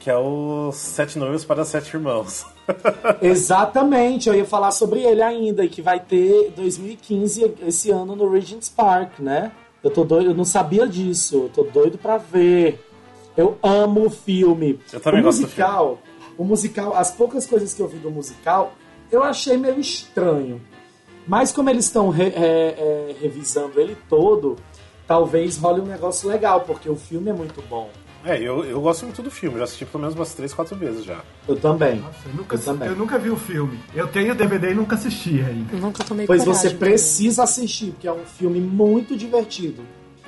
Speaker 4: que é o Sete Noivos para Sete Irmãos. [LAUGHS]
Speaker 5: Exatamente, eu ia falar sobre ele ainda, e que vai ter 2015 esse ano no Regent's Park, né? Eu tô doido, eu não sabia disso, eu tô doido pra ver. Eu amo o filme.
Speaker 4: Eu também
Speaker 5: o
Speaker 4: gosto do
Speaker 5: musical, O musical, as poucas coisas que eu vi do musical, eu achei meio estranho. Mas como eles estão re- é, é, revisando ele todo, talvez role um negócio legal, porque o filme é muito bom.
Speaker 4: É, eu, eu gosto muito do filme, já assisti pelo menos umas 3, 4 vezes já.
Speaker 5: Eu também.
Speaker 8: Nossa, eu nunca,
Speaker 5: Eu também.
Speaker 8: eu nunca vi o filme. Eu tenho o DVD e nunca assisti ainda.
Speaker 6: Eu nunca tomei
Speaker 5: Pois
Speaker 6: coragem
Speaker 5: você
Speaker 6: também.
Speaker 5: precisa assistir, porque é um filme muito divertido.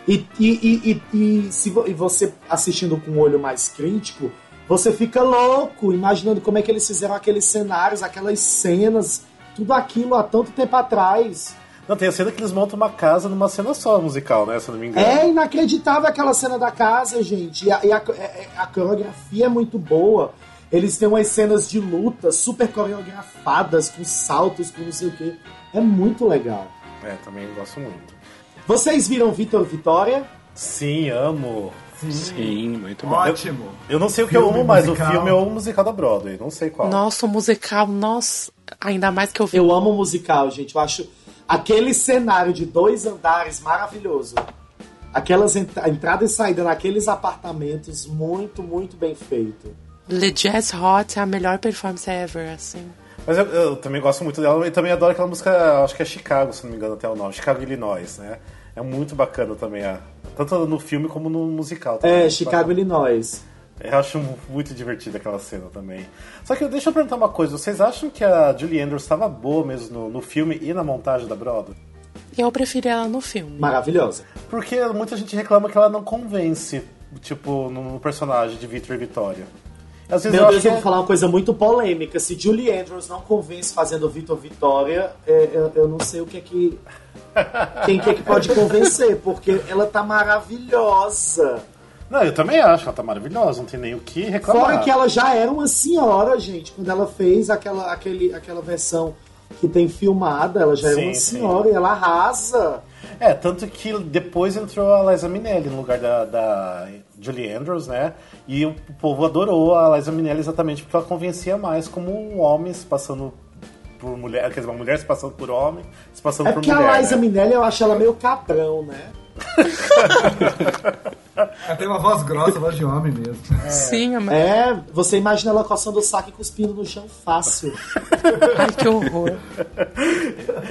Speaker 5: E, e, e, e, e se vo- e você assistindo com um olho mais crítico, você fica louco, imaginando como é que eles fizeram aqueles cenários, aquelas cenas, tudo aquilo há tanto tempo atrás.
Speaker 4: Não, tem a cena que eles montam uma casa numa cena só musical, né? Se eu não me engano.
Speaker 5: É inacreditável aquela cena da casa, gente. E a, e a- é- é- a coreografia é muito boa. Eles têm umas cenas de luta super coreografadas, com saltos, com não sei o quê. É muito legal.
Speaker 4: É, também gosto muito.
Speaker 5: Vocês viram Vitor Vitória?
Speaker 4: Sim, amo.
Speaker 8: Sim.
Speaker 7: Sim, muito bom.
Speaker 8: Ótimo.
Speaker 4: Eu não sei o que eu
Speaker 8: Filme
Speaker 4: amo mais, o
Speaker 8: musical.
Speaker 4: filme ou o musical da Broadway, não sei qual.
Speaker 6: Nossa, o musical, nossa, ainda mais que eu vi.
Speaker 5: Eu amo musical, gente. Eu acho aquele cenário de dois andares maravilhoso. Aquelas entra entrada e saída naqueles apartamentos muito, muito bem feito.
Speaker 6: The Jazz Hot é a melhor performance ever, assim.
Speaker 4: Mas eu, eu também gosto muito dela e também adoro aquela música, acho que é Chicago, se não me engano até o nome, Chicago, Illinois, né? É muito bacana também, a- tanto no filme como no musical. também.
Speaker 5: É, Chicago, Illinois.
Speaker 4: Eu acho muito divertida aquela cena também. Só que deixa eu perguntar uma coisa, vocês acham que a Julie Andrews estava boa mesmo no, no filme e na montagem da Broadway?
Speaker 6: E eu prefiro ela no filme.
Speaker 5: Maravilhosa.
Speaker 4: Porque muita gente reclama que ela não convence, tipo, no no personagem de Victor e Vitória. Às vezes
Speaker 5: Meu
Speaker 4: eu
Speaker 5: Deus, eu vou
Speaker 4: acho que é-
Speaker 5: falar uma coisa muito polêmica. Se Julie Andrews não convence fazendo Vitor Vitória, é, eu, eu não sei o que é que. Quem que é que pode convencer? Porque ela tá maravilhosa.
Speaker 4: Não, eu também acho, ela tá maravilhosa, não tem nem o que reclamar.
Speaker 5: Fora que ela já era uma senhora, gente. Quando ela fez aquela, aquele, aquela versão que tem filmada, ela já
Speaker 4: Sim,
Speaker 5: era uma
Speaker 4: sim.
Speaker 5: senhora e ela arrasa.
Speaker 4: É, tanto que depois entrou a Liza Minelli no lugar da, da Julie Andrews, né? E o povo adorou a Liza Minelli exatamente porque ela convencia mais como um homem se passando por mulher, quer dizer, uma mulher se passando por homem, se passando
Speaker 5: É
Speaker 4: por
Speaker 5: porque
Speaker 4: mulher.
Speaker 5: a Liza
Speaker 4: né?
Speaker 5: Minelli, eu acho ela meio cabrão, né?
Speaker 8: Ela tem uma voz grossa, voz de homem mesmo.
Speaker 6: Sim, mas...
Speaker 5: É, você imagina ela coçando o saco e cuspindo no chão
Speaker 4: [LAUGHS]
Speaker 5: fácil.
Speaker 6: ai, que horror.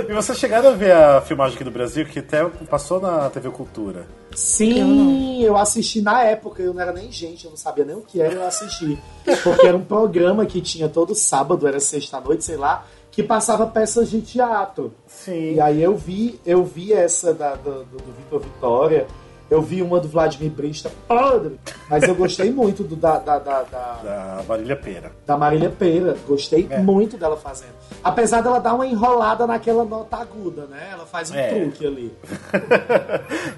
Speaker 4: E vocês chegaram a ver a filmagem aqui do Brasil, que até passou na TV Cultura.
Speaker 5: Sim, eu assisti na época, eu não era nem gente, eu não sabia nem o que era, eu assisti. Porque era um programa que tinha todo sábado, era sexta-noite, sei lá, que passava peças de teatro.
Speaker 4: Sim.
Speaker 5: E aí eu vi, eu vi essa da, do, do, do Vitor Vitória, eu vi uma do Vladimir Brista, podre, mas eu gostei muito do, da, da, da, da,
Speaker 4: Da Varilha Pera. [LAUGHS]
Speaker 5: da Marília Peira, gostei
Speaker 4: É.
Speaker 5: muito dela fazendo. Apesar dela dar uma enrolada naquela nota aguda, né? Ela faz um
Speaker 4: É.
Speaker 5: truque ali.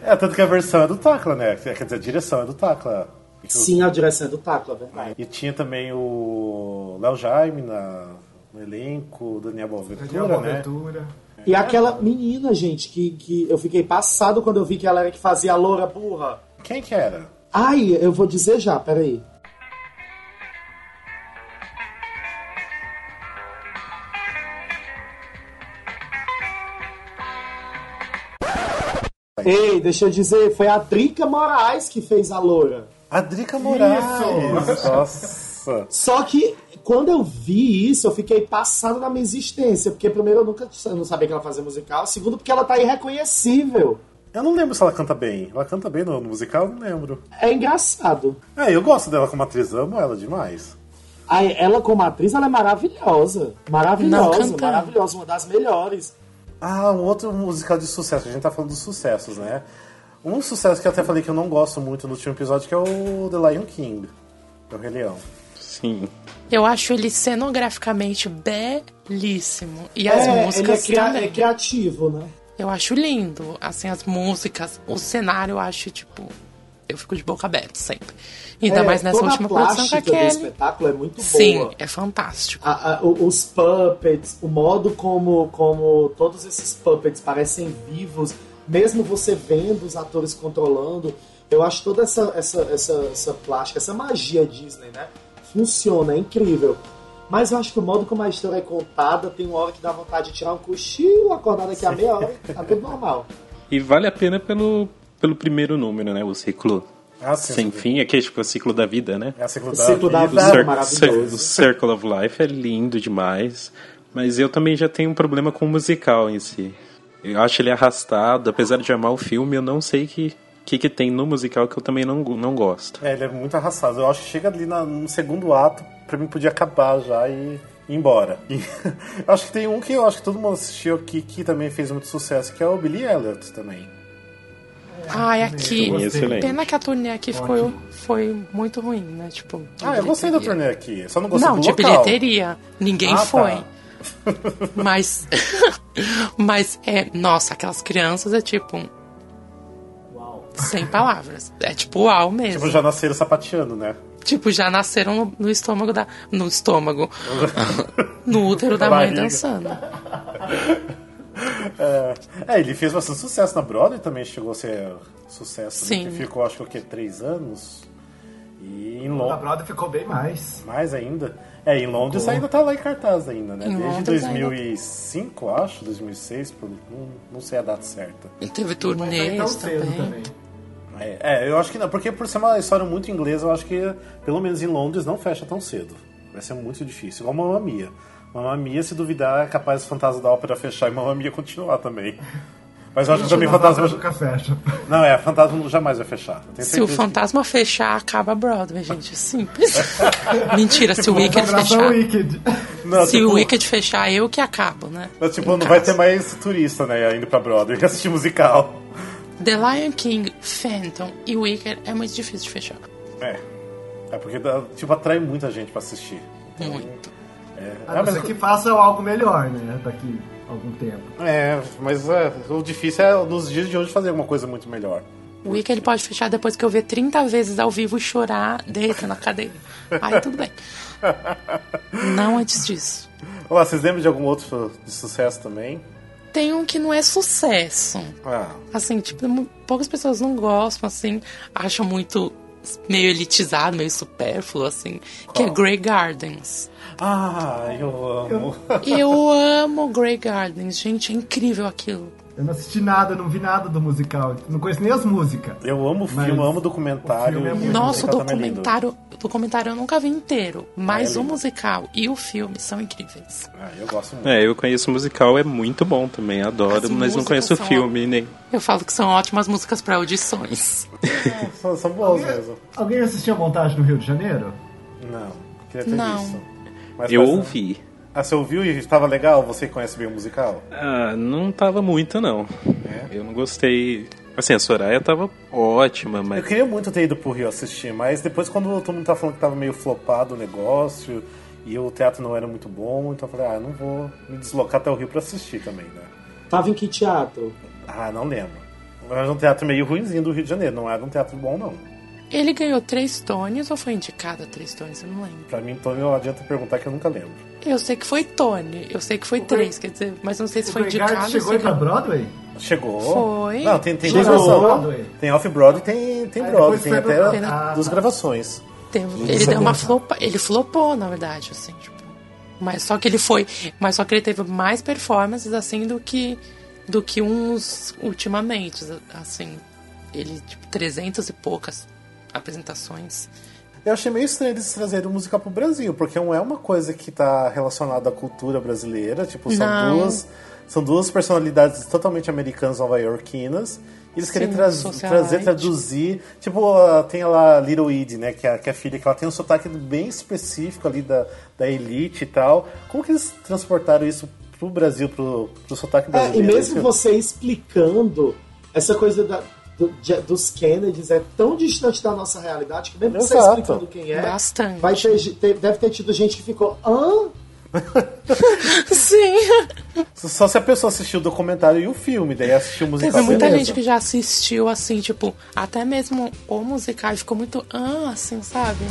Speaker 4: é, tanto que a versão é do Tacla, né? Quer dizer, a direção é do Tacla.
Speaker 5: Sim, a direção é do Taco, é verdade.
Speaker 4: Né? E tinha também o Léo Jaime na, no elenco, o Daniel
Speaker 8: Daniel
Speaker 4: Boaventura, né?
Speaker 8: Boaventura.
Speaker 5: E aquela menina, gente, que, que eu fiquei passado quando eu vi que ela era que fazia a loura burra.
Speaker 4: Quem que era?
Speaker 5: Ai, eu vou dizer já, peraí. Ei, deixa eu dizer, foi a Drica Moraes que fez a loura.
Speaker 4: A Drica Moraes.
Speaker 5: [LAUGHS]
Speaker 4: Nossa.
Speaker 5: Só que quando eu vi isso, eu fiquei passado na minha existência. Porque, primeiro, eu nunca eu não sabia que ela fazia musical. Segundo, porque ela tá irreconhecível.
Speaker 4: Eu não lembro se ela canta bem. Ela canta bem no no musical? Eu Não lembro.
Speaker 5: É engraçado.
Speaker 4: É, eu gosto dela como atriz, amo ela demais.
Speaker 5: Aí, ela, como atriz, ela é maravilhosa. Maravilhosa,
Speaker 6: Não, cantando.
Speaker 5: maravilhosa. Uma das melhores.
Speaker 4: Ah, um outro musical de sucesso. A gente tá falando dos sucessos, né? Um sucesso que eu até falei que eu não gosto muito no último episódio, que é o The Lion King. É o Rei Leão.
Speaker 7: Sim.
Speaker 6: Eu acho ele cenograficamente belíssimo. E as
Speaker 5: É, ele é,
Speaker 6: músicas
Speaker 5: cria-
Speaker 6: também.
Speaker 5: é criativo, né?
Speaker 6: Eu acho lindo, assim, as músicas, o cenário eu acho, tipo... Eu fico de boca aberta sempre. Ainda
Speaker 5: É,
Speaker 6: mais nessa
Speaker 5: toda
Speaker 6: última
Speaker 5: a
Speaker 6: produção com
Speaker 5: plástica
Speaker 6: a
Speaker 5: do
Speaker 6: Kelly.
Speaker 5: espetáculo é muito
Speaker 6: Sim,
Speaker 5: boa.
Speaker 6: é fantástico.
Speaker 5: A- a- o- os puppets, o modo como, como todos esses puppets parecem vivos, mesmo você vendo os atores controlando, eu acho toda essa, essa, essa, essa plástica, essa magia Disney, né? Funciona, é incrível. Mas eu acho que o modo como a história é contada, tem uma hora que dá vontade de tirar um cochilo, acordar daqui a meia hora, tá tudo normal.
Speaker 7: E vale a pena pelo, pelo primeiro número, né? O ciclo
Speaker 4: Ah, sim.
Speaker 7: sem fim, é que é tipo o ciclo da vida, né?
Speaker 4: É a segunda.
Speaker 5: O ciclo da
Speaker 4: vida.
Speaker 5: vida
Speaker 7: do
Speaker 5: é
Speaker 7: Cir- Cir-
Speaker 5: maravilhoso.
Speaker 7: do Circle of Life é lindo demais, mas eu também já tenho um problema com o musical em si. Eu acho ele arrastado, apesar de amar o filme, eu não sei que que, que tem no musical que eu também não, go- não gosto.
Speaker 4: É, ele é muito arrastado. Eu acho que chega ali na- no segundo ato, pra mim podia acabar já e ir embora. E [LAUGHS] acho que tem um que eu acho que todo mundo assistiu aqui que também fez muito sucesso, que é o Billy Elliot também.
Speaker 6: Ai, aqui...
Speaker 7: Eu gostei. Excelente.
Speaker 6: Pena que a turnê aqui ficou, foi muito ruim, né? Tipo...
Speaker 4: Ah, eu gostei da
Speaker 6: bilheteria.
Speaker 4: turnê aqui. Só não gostei
Speaker 6: Não, tipo,
Speaker 4: do
Speaker 6: de
Speaker 4: local.
Speaker 6: bilheteria. Ninguém
Speaker 4: Ah, tá.
Speaker 6: foi. Mas. [LAUGHS] mas é. Nossa, aquelas crianças é tipo.
Speaker 8: Uau.
Speaker 6: Sem palavras. É tipo uau mesmo.
Speaker 4: Tipo, já nasceram sapateando, né?
Speaker 6: Tipo, já nasceram no, no estômago da. No
Speaker 4: [LAUGHS]
Speaker 6: estômago. no útero da mãe
Speaker 4: Barriga.
Speaker 6: dançando.
Speaker 4: É, ele fez bastante sucesso na Broadway também, chegou a ser sucesso. né?
Speaker 6: Sim.
Speaker 4: Que ficou, acho que o quê? Três anos? E em
Speaker 8: A
Speaker 4: Londres.
Speaker 8: Brother ficou bem mais.
Speaker 4: Mais ainda. É, em Londres ainda tá lá em cartaz ainda, né?
Speaker 6: Em
Speaker 4: Desde
Speaker 6: Londres ainda.
Speaker 4: 2005, acho, 2006, por- não, não sei a data certa.
Speaker 6: Teve
Speaker 8: Mas saiu tão
Speaker 6: turnês
Speaker 8: Então cedo
Speaker 6: É, também.
Speaker 8: também.
Speaker 4: É, é, eu acho que não, porque por ser uma história muito inglesa, eu acho que, pelo menos em Londres, não fecha tão cedo. Vai ser muito difícil, igual Mamma Mia. Mamma Mia, se duvidar, é capaz do Fantasma da Ópera fechar e Mamma Mia continuar também. Mas eu acho que também
Speaker 8: Mas a Brother
Speaker 4: Fantasma...
Speaker 8: nunca fecha.
Speaker 4: Não, é, Fantasma jamais vai fechar. Eu tenho
Speaker 6: Se o
Speaker 4: certeza que-
Speaker 6: fantasma fechar, acaba Broadway, gente. É
Speaker 4: [LAUGHS]
Speaker 6: Simples. Mentira, se o
Speaker 4: Tipo,
Speaker 6: Wicked
Speaker 8: Abraço ao
Speaker 6: fechar.
Speaker 8: Wicked.
Speaker 4: Não,
Speaker 6: Se
Speaker 4: tipo,
Speaker 6: o Wicked fechar, eu que acabo, né?
Speaker 4: Mas, tipo,
Speaker 6: No
Speaker 4: não vai
Speaker 6: caso.
Speaker 4: ter mais turista, né, indo pra Broadway que assistir musical.
Speaker 6: The Lion King, Phantom e Wicked é muito difícil de fechar.
Speaker 4: É. É porque, dá- tipo, atrai muita gente pra assistir. É.
Speaker 6: Muito.
Speaker 8: A não
Speaker 4: Ah, mas-
Speaker 8: ser que façam algo melhor, né? Daqui a algum tempo.
Speaker 4: É, mas é, o difícil é, nos dias de hoje, fazer alguma coisa muito melhor.
Speaker 6: O Wicked pode fechar depois que eu ver 30 vezes ao vivo chorar, deita na cadeira. Aí tudo bem. Não antes disso.
Speaker 4: [LAUGHS] Olá, vocês lembram de algum outro de sucesso também?
Speaker 6: Tem um que não é sucesso.
Speaker 4: Ah,
Speaker 6: Assim, tipo, mu- poucas pessoas não gostam, assim, acham muito meio elitizado, meio supérfluo, assim, que é Grey Gardens.
Speaker 4: ah eu amo.
Speaker 6: Eu amo Grey Gardens, gente, é incrível aquilo.
Speaker 4: Hum,
Speaker 8: Eu não assisti nada, não vi nada do musical. Não conheço nem as músicas.
Speaker 4: Eu amo o filme,
Speaker 8: Mas
Speaker 4: amo documentário.
Speaker 8: o filme é
Speaker 4: e
Speaker 8: muito
Speaker 6: Nossa, o
Speaker 4: musical também é lindo.
Speaker 6: documentário, o documentário eu nunca vi inteiro, mas
Speaker 4: é
Speaker 6: o
Speaker 4: lindo.
Speaker 6: musical e o filme são incríveis.
Speaker 4: Ah, eu gosto muito.
Speaker 7: É, eu conheço o musical, é muito bom também, adoro,
Speaker 6: As
Speaker 7: mas não
Speaker 6: músicas
Speaker 7: conheço o
Speaker 6: são
Speaker 7: filme, nem.
Speaker 6: Eu falo que são ótimas músicas para audições.
Speaker 7: É.
Speaker 4: São, são boas mesmo.
Speaker 8: Alguém assistiu a montagem no Rio de Janeiro?
Speaker 4: Não, queria ter
Speaker 6: Não.
Speaker 4: visto. Mas parece-
Speaker 7: Eu ouvi.
Speaker 4: Ah, você ouviu e estava legal? Você que conhece bem o musical?
Speaker 7: Ah, não tava muito, não.
Speaker 4: É?
Speaker 7: Eu não gostei. Assim, a Soraya tava ótima,
Speaker 4: Eu
Speaker 7: mas.
Speaker 4: queria muito ter ido pro Rio assistir, mas depois quando todo mundo tá falando que tava meio flopado o negócio e o teatro não era muito bom, então eu falei, ah, eu não vou me deslocar até o Rio pra assistir também, né?
Speaker 5: Tava em que teatro?
Speaker 4: Ah, não lembro. Era um teatro meio ruimzinho do Rio de Janeiro, não era um teatro bom, não.
Speaker 6: Ele ganhou três Tonys ou foi indicado a três Tonys? Eu não lembro.
Speaker 4: Pra mim, então, não adianta perguntar que eu nunca lembro.
Speaker 6: Eu sei que foi Tony, eu sei que foi três, quer dizer, mas não sei se
Speaker 8: O
Speaker 6: foi
Speaker 8: Grey Gardens
Speaker 6: indicado.
Speaker 8: chegou
Speaker 6: sei
Speaker 8: tá aí pra
Speaker 6: que-
Speaker 8: Broadway?
Speaker 4: Chegou.
Speaker 6: Foi.
Speaker 4: Não, tem, tem
Speaker 5: Chegou.
Speaker 4: gravação.
Speaker 8: Broadway.
Speaker 4: Tem off-broad e tem, tem
Speaker 8: Aí
Speaker 4: broad,
Speaker 8: depois
Speaker 4: tem
Speaker 8: foi
Speaker 4: até
Speaker 8: pra- Ah,
Speaker 4: duas
Speaker 8: tá.
Speaker 4: gravações.
Speaker 6: Teve-
Speaker 4: Isso
Speaker 6: um, ele
Speaker 4: é
Speaker 6: deu uma
Speaker 4: bom.
Speaker 6: flopa, ele flopou, na verdade, assim, tipo. Mas só que ele foi, mas só que ele teve mais performances assim do que do que uns ultimamente, assim, ele tipo 300 e poucas apresentações.
Speaker 4: Eu achei meio estranho eles trazerem o musical pro Brasil, porque não é uma coisa que tá relacionada à cultura brasileira, tipo, são
Speaker 6: Não.
Speaker 4: duas. São duas personalidades totalmente americanas nova-iorquinas. E eles querem tra-
Speaker 6: socialite.
Speaker 4: trazer, traduzir. Tipo, ah, tem lá a Little Ed, né? Que é, a- que é a filha, que ela tem um sotaque bem específico ali da, da elite e tal. Como que eles transportaram isso pro Brasil, pro, pro sotaque
Speaker 5: É, e
Speaker 4: brasileiro?
Speaker 5: mesmo
Speaker 4: Isso-
Speaker 5: você explicando, essa coisa da- do- de- dos Kennedys é tão distante da nossa realidade que mesmo você
Speaker 4: Exato.
Speaker 5: explicando quem é,
Speaker 6: Bastante.
Speaker 5: vai ter, ge- ter- deve ter tido gente que ficou, hã?
Speaker 6: Sim.
Speaker 4: Só se a pessoa assistiu o documentário e o filme, daí assistiu o musical.
Speaker 6: Teve é, muita
Speaker 4: beleza.
Speaker 6: gente que já assistiu, assim, tipo, até mesmo o musical ficou muito, ah, assim, sabe?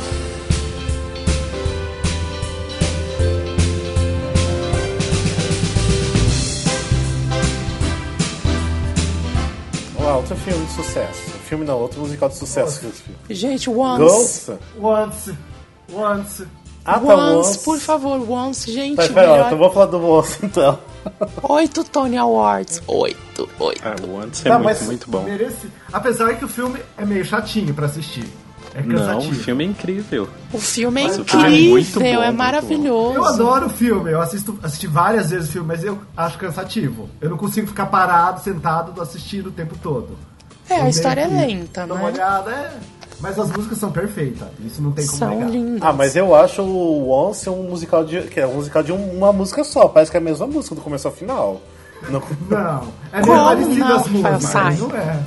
Speaker 4: Olha lá, outro filme de sucesso. Filme não, outro musical de sucesso que esse filme.
Speaker 6: Gente, Once.
Speaker 4: Ghost?
Speaker 8: Once, once.
Speaker 4: Ah, tá,
Speaker 6: Once,
Speaker 4: Once.
Speaker 6: por favor, Once, gente.
Speaker 4: Mas pera, lá,
Speaker 6: melhor-
Speaker 4: então vamos falar do Once então.
Speaker 6: Oito Tony Awards. Oito, oito.
Speaker 7: Ah, o Once é
Speaker 4: Tá,
Speaker 7: muito,
Speaker 4: mas-
Speaker 7: muito bom.
Speaker 8: Mereci. Apesar que o filme é meio chatinho pra assistir. É
Speaker 7: Não,
Speaker 8: cansativo.
Speaker 7: o filme é incrível.
Speaker 6: O filme é
Speaker 7: Mas o filme é
Speaker 6: incrível,
Speaker 7: muito bom,
Speaker 6: é,
Speaker 7: muito bom.
Speaker 6: maravilhoso.
Speaker 8: Eu adoro o filme, eu assisto, assisti várias vezes o filme, mas eu acho cansativo. Eu não consigo ficar parado, sentado, assistindo o tempo todo.
Speaker 6: É,
Speaker 8: Eu
Speaker 6: a história é
Speaker 8: meio que
Speaker 6: lenta,
Speaker 8: dou
Speaker 6: né?
Speaker 8: uma olhada, é. Mas as músicas são perfeitas, isso não tem como é
Speaker 6: São
Speaker 8: negar.
Speaker 6: lindas.
Speaker 4: Ah, mas eu acho o Once um musical de. que é um musical de uma música só. Parece que é a mesma música do começo ao final. Não-
Speaker 8: Não, é meio
Speaker 6: Como
Speaker 8: parecido
Speaker 6: não,
Speaker 8: as músicas,
Speaker 6: Rafael
Speaker 8: mas
Speaker 6: Sai?
Speaker 8: não é.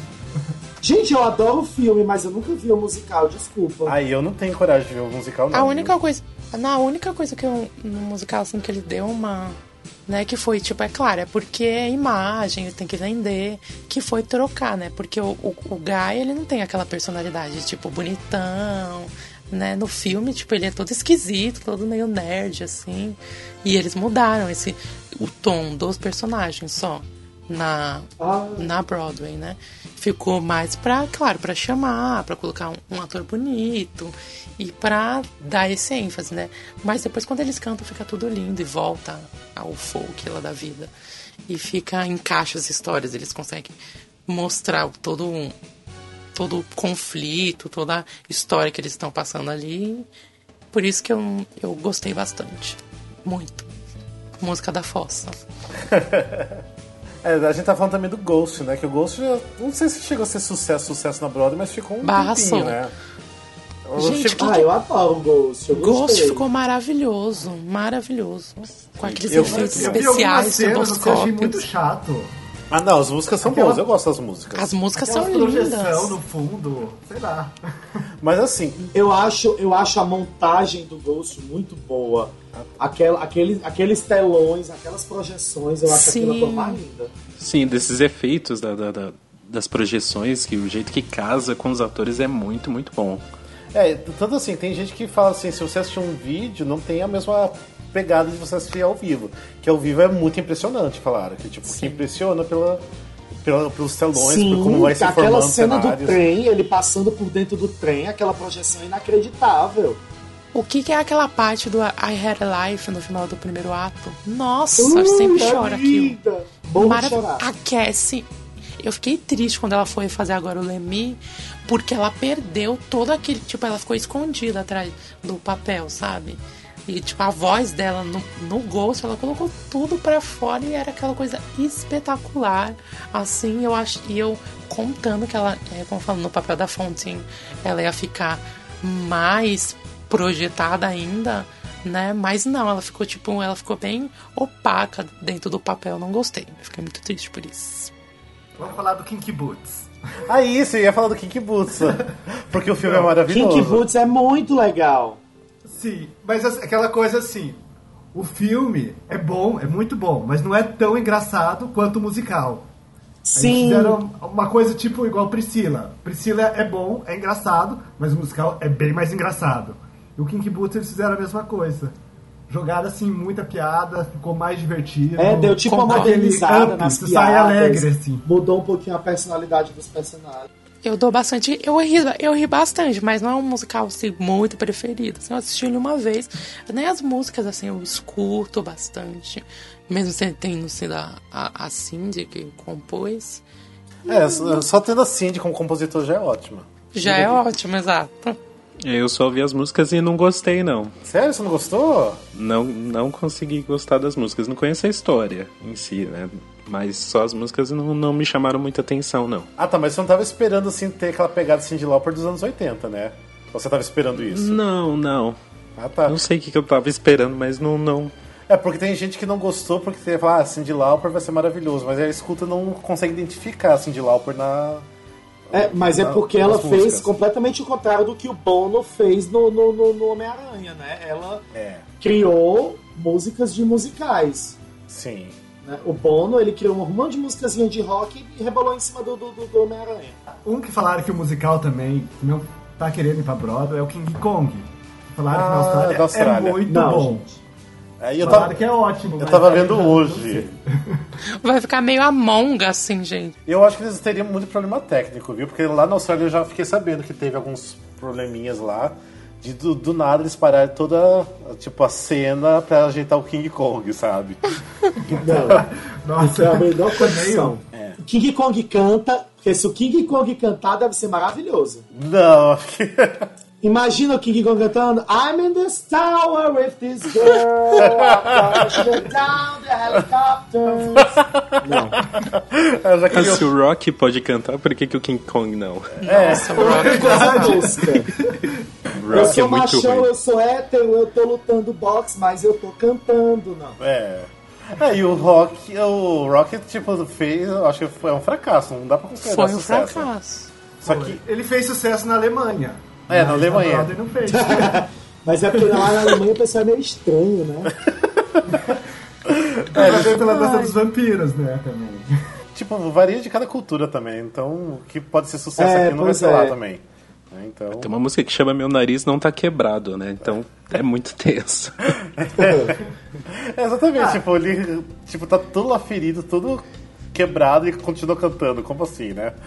Speaker 5: Gente, eu adoro o filme, mas eu nunca vi o musical, desculpa.
Speaker 4: [LAUGHS] Aí eu não tenho coragem de ver o musical, não.
Speaker 6: A única coisa. Na única coisa que eu. No musical, assim, que ele deu uma. Né, que foi, tipo, é claro, é porque é imagem, ele tem que vender, que foi trocar, né? Porque o, o, o Guy, ele não tem aquela personalidade, tipo, bonitão, né? No filme, tipo, ele é todo esquisito, todo meio nerd, assim. E eles mudaram esse, o tom dos personagens só na,
Speaker 5: Ah.
Speaker 6: na Broadway, né? Ficou mais pra, claro, pra chamar, pra colocar um, um ator bonito e pra dar esse ênfase, né? Mas depois quando eles cantam fica tudo lindo e volta ao folk lá da vida. E fica, encaixa as histórias, eles conseguem mostrar todo um, todo o conflito, toda a história que eles estão passando ali. Por isso que eu, eu gostei bastante. Muito. Música da Fossa.
Speaker 4: É, a gente tá falando também do Ghost, né? Que o Ghost já. Não sei se chegou a ser sucesso, sucesso na Broadway, mas ficou um
Speaker 6: Barra
Speaker 4: tempinho,
Speaker 6: Soul.
Speaker 4: né? Eu
Speaker 6: Gente,
Speaker 4: chego-
Speaker 5: Ah, eu adoro o Ghost. Eu
Speaker 6: Ghost
Speaker 5: gostei.
Speaker 6: ficou maravilhoso, maravilhoso. Com aqueles
Speaker 4: Eu-
Speaker 6: efeitos
Speaker 4: eu
Speaker 8: Vi algumas
Speaker 6: especiais,
Speaker 8: cenas, mas eu achei muito
Speaker 6: turboscópios.
Speaker 8: chato.
Speaker 4: Ah, não, as músicas são
Speaker 8: Aquela-
Speaker 4: boas, eu gosto das músicas.
Speaker 6: As músicas
Speaker 8: Aquela
Speaker 6: Então são lindas.
Speaker 8: projeção no fundo, sei lá.
Speaker 4: Mas assim,
Speaker 5: Eu acho, eu acho a montagem do Ghost muito boa. Aquela, aqueles, aqueles telões, aquelas projeções, eu acho
Speaker 6: Sim.
Speaker 5: aquela coisa mais linda.
Speaker 7: Sim, desses efeitos da- da- da- das projeções, que o jeito que casa com os atores é muito, muito bom.
Speaker 4: É, tanto assim, tem gente que fala assim, se você assistir um vídeo, não tem a mesma pegada de você assistir ao vivo. Que ao vivo é muito impressionante, falaram. Que, tipo, que impressiona pela, pela, pelos telões, por como vai se formando
Speaker 5: aquela
Speaker 4: os
Speaker 5: cena do
Speaker 4: cenários.
Speaker 5: trem, ele passando por dentro do trem, aquela projeção inacreditável.
Speaker 6: O que, que é aquela parte do I Had a Life no final do primeiro ato? Nossa,
Speaker 5: Uh,
Speaker 6: eu sempre
Speaker 5: da
Speaker 6: choro aquilo. Ah,
Speaker 5: vida. Bom de
Speaker 6: Mara-
Speaker 5: chorar.
Speaker 6: A Cassie, eu fiquei triste quando ela foi fazer agora o Lemmy, porque ela perdeu todo aquele. Tipo, ela ficou escondida atrás do papel, sabe? E, tipo, a voz dela no, no Ghost, ela colocou tudo pra fora e era aquela coisa espetacular. Assim, eu acho. E eu contando que ela, é, como falando no papel da Fontaine, ela ia ficar mais projetada ainda, né? Mas não, ela ficou tipo, ela ficou bem opaca dentro do papel, não gostei. Fiquei muito triste por isso.
Speaker 8: Vamos falar do Kinky Boots.
Speaker 4: Aí, você Ah, ia falar do Kink Boots.
Speaker 5: [LAUGHS]
Speaker 4: porque o filme é maravilhoso.
Speaker 5: Kinky Boots é muito legal.
Speaker 8: Sim, mas assim, aquela coisa assim. O filme é bom, é muito bom, mas não é tão engraçado quanto o musical. Eles
Speaker 5: Sim.
Speaker 4: um
Speaker 8: fizeram uma coisa tipo igual Priscila. Priscila é bom, é engraçado, mas o musical é bem mais engraçado. E o Kinky Boots eles fizeram a mesma coisa. Jogaram assim muita piada, ficou mais divertido.
Speaker 5: É, deu tipo uma
Speaker 6: Concordo.
Speaker 5: modernizada
Speaker 8: Up,
Speaker 5: nas
Speaker 8: tu sai
Speaker 5: piadas.
Speaker 8: alegre, assim.
Speaker 5: Mudou um pouquinho a personalidade dos personagens.
Speaker 6: Eu dou bastante. Eu ri, eu ri bastante, mas não é um musical assim, muito preferido. Assim, eu assisti ele uma vez. Nem as músicas, assim, eu escuto bastante. Mesmo sem- tendo sido a, a, a Cindy que compôs.
Speaker 4: É, só só tendo a Cindy como assim, compositor já é ótimo.
Speaker 6: Já é ótimo, exato.
Speaker 7: Eu só ouvi as músicas e não gostei, não.
Speaker 4: Sério, você não gostou?
Speaker 7: Não, não consegui gostar das músicas. Não conheço a história em si, né? Mas só as músicas não, não me chamaram muita atenção, não.
Speaker 4: Ah, tá, mas você não tava esperando assim ter aquela pegada Cindy Lauper dos anos 80, né? Ou Você tava esperando
Speaker 5: Uhum.
Speaker 4: isso?
Speaker 7: Não, não.
Speaker 4: Ah, tá.
Speaker 7: Não sei o que, que eu tava esperando, mas não, não.
Speaker 4: É porque tem gente que não gostou porque você fala, ah, Cindy Lauper vai ser maravilhoso, mas aí a escuta não consegue identificar a Cindy Lauper na.
Speaker 5: É, mas é
Speaker 4: na-
Speaker 5: porque
Speaker 4: nas
Speaker 5: ela fez
Speaker 4: músicas.
Speaker 5: completamente o contrário do que o Bono fez no, no, no- no Homem-Aranha, né? Ela
Speaker 4: É,
Speaker 5: criou músicas de musicais.
Speaker 4: sim.
Speaker 5: né? O Bono, ele criou um monte de musicazinha de rock e rebolou em cima do, do, do- do Homem-Aranha.
Speaker 8: Um que falaram que o musical também não tá querendo ir pra Broadway é o King Kong. Falaram que
Speaker 4: Ah,
Speaker 8: na Austrália,
Speaker 4: da Austrália.
Speaker 8: é muito
Speaker 5: Não,
Speaker 8: bom.
Speaker 5: gente.
Speaker 4: Aí eu
Speaker 8: Falaram
Speaker 4: tava,
Speaker 8: que é ótimo.
Speaker 4: eu
Speaker 8: mas
Speaker 4: tava
Speaker 8: tá
Speaker 4: vendo
Speaker 8: ligado,
Speaker 4: hoje.
Speaker 6: Vai ficar meio amonga, assim, gente.
Speaker 4: Eu acho que eles teriam muito problema técnico, viu? Porque lá na Austrália eu já fiquei sabendo que teve alguns probleminhas lá. De do, do nada eles pararam toda tipo, a cena pra ajeitar o King Kong, sabe?
Speaker 5: Não,
Speaker 8: Nossa,
Speaker 5: é a [LAUGHS] melhor condição. O É. King Kong canta, porque se o King Kong cantar, deve ser maravilhoso.
Speaker 4: Não, [LAUGHS] acho que.
Speaker 5: Imagina o King Kong cantando I'm in this tower with this girl I'm gonna down the helicopters Não.
Speaker 4: Eu já
Speaker 7: Mas
Speaker 4: queria...
Speaker 7: Ah, se o Rock pode cantar, por que, que o King Kong não?
Speaker 4: É,
Speaker 5: Coisa tosca. Eu
Speaker 7: Rock é
Speaker 5: sou
Speaker 7: muito
Speaker 5: machão,
Speaker 7: ruim.
Speaker 5: eu sou hétero, eu tô lutando boxe, mas eu tô cantando, não.
Speaker 4: é. É, e o Rock, o Rock, tipo, fez, eu acho que foi um fracasso, não É, dá pra considerar
Speaker 6: Foi um
Speaker 4: sucesso. né?
Speaker 6: fracasso.
Speaker 4: Só que,
Speaker 8: Ele fez sucesso na Alemanha.
Speaker 4: É, na
Speaker 8: Mas
Speaker 4: Alemanha.
Speaker 8: Broadway não fez.
Speaker 5: Mas é porque lá na Alemanha o pessoal é meio estranho, né?
Speaker 8: Também pela dança dos vampiros, né, também.
Speaker 4: tipo, varia de cada cultura também, então o que pode ser sucesso
Speaker 5: É,
Speaker 4: aqui não vai
Speaker 5: pois
Speaker 4: ser lá
Speaker 5: é.
Speaker 4: também. né? Então,
Speaker 7: Tem uma música que chama Meu Nariz Não Tá Quebrado, né? Então é muito [LAUGHS] tenso.
Speaker 4: É, [LAUGHS] Exatamente, tipo, ele tipo, tá tudo lá ferido, tudo quebrado e continua cantando. Como assim, né? [LAUGHS]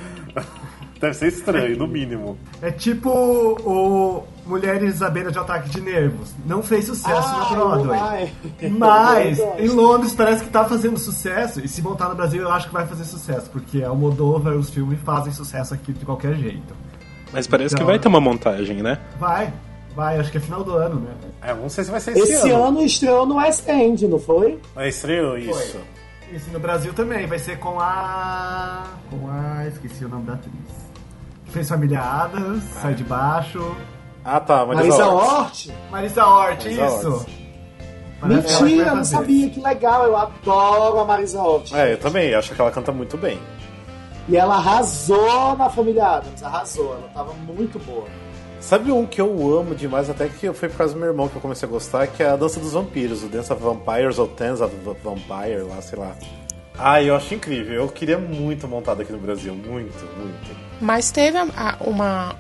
Speaker 4: Deve ser estranho, no mínimo.
Speaker 8: É tipo o Mulheres à Beira de Ataque de Nervos. Não fez sucesso
Speaker 5: Ah, é.
Speaker 8: na Broadway.
Speaker 5: ai.
Speaker 8: Mas
Speaker 5: Eu gosto.
Speaker 8: em Londres parece que tá fazendo sucesso. E se montar no Brasil, eu acho que vai fazer sucesso. Porque a Almodóvar e os filmes fazem sucesso aqui de qualquer jeito.
Speaker 7: Mas parece
Speaker 8: Então,
Speaker 7: que vai ter uma montagem, né?
Speaker 8: Vai, vai, acho que é final do ano, né?
Speaker 4: É, não sei se vai ser esse,
Speaker 5: Esse ano estreou no West End, não foi?
Speaker 4: É estreou isso.
Speaker 8: Isso no Brasil também, vai ser com a. Com a. Esqueci o nome da atriz. Que Fez Família Adams, Sai de Baixo.
Speaker 4: Ah, tá, mas
Speaker 5: Marisa Hort?
Speaker 8: Marisa Hort,
Speaker 4: Marisa
Speaker 8: isso!
Speaker 4: Hort.
Speaker 8: Parece que ela que vai
Speaker 5: Mentira, não
Speaker 8: fazer.
Speaker 5: sabia, que legal. Eu adoro a Marisa Hort.
Speaker 4: É, eu também, acho que ela canta muito bem.
Speaker 5: E ela arrasou na família Adams, arrasou. Ela tava muito boa.
Speaker 4: Sabe um que eu amo demais, até que foi por causa do meu irmão que eu comecei a gostar, que é a Dança dos Vampiros, o Dance of Vampires ou Dance of Vampire, lá, sei lá. Ah, eu acho incrível. Eu queria muito montado aqui no Brasil. Muito, muito.
Speaker 6: Mas teve a- a- uma.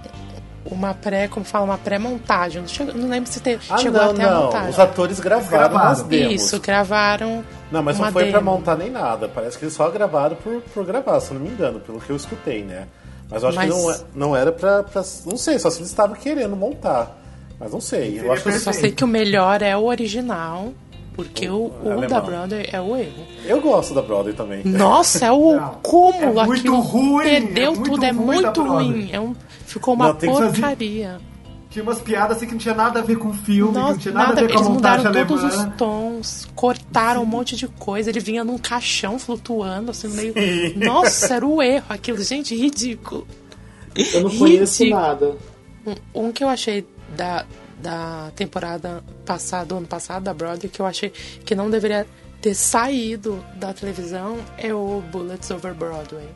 Speaker 6: Uma pré, como fala, uma pré-montagem. Não, chegou- não lembro se teve.
Speaker 4: Ah,
Speaker 6: chegou
Speaker 4: não,
Speaker 6: até a
Speaker 4: não.
Speaker 6: montagem.
Speaker 4: Os atores gravaram,
Speaker 8: Gravaram.
Speaker 4: as demos.
Speaker 6: Isso, gravaram.
Speaker 4: Não, mas
Speaker 6: uma
Speaker 4: não foi pra
Speaker 6: demo.
Speaker 4: montar nem nada. Parece que eles só gravaram por, por gravar, se eu não me engano, pelo que eu escutei, né? Mas eu acho
Speaker 6: Mas-
Speaker 4: que não, é- não era pra, pra- Não sei, só se eles estavam querendo montar. Mas não sei. Eu acho
Speaker 8: Seria
Speaker 6: Eu só
Speaker 8: perfeito.
Speaker 6: sei que o melhor é o original, porque o, o
Speaker 4: alemão.
Speaker 6: da Broadway é o erro.
Speaker 4: Eu gosto da Broadway também.
Speaker 6: Nossa, é
Speaker 4: [LAUGHS]
Speaker 6: o
Speaker 8: Não,
Speaker 6: cúmulo
Speaker 8: é muito
Speaker 6: aquilo
Speaker 8: ruim,
Speaker 6: Perdeu
Speaker 8: é muito
Speaker 6: tudo, é
Speaker 8: ruim da
Speaker 6: muito
Speaker 8: Broadway.
Speaker 6: ruim. É um, ficou uma
Speaker 4: Não, tem que
Speaker 8: fazer-
Speaker 6: porcaria.
Speaker 8: Tinha umas piadas assim que não tinha nada a ver com o filme, que não
Speaker 6: Nossa,
Speaker 8: tinha nada, a ver com a
Speaker 6: eles
Speaker 8: montagem
Speaker 6: mudaram todos
Speaker 8: alemã.
Speaker 6: os tons, cortaram um monte de coisa. Ele vinha num caixão flutuando, assim, no meio. Nossa, era o erro aquilo, gente, ridículo.
Speaker 5: Eu não conheço
Speaker 6: Ridículo.
Speaker 5: nada.
Speaker 6: Um, um que eu achei da, da temporada passada, do ano passado, da Broadway, que eu achei que não deveria ter saído da televisão, é o Bullets Over Broadway.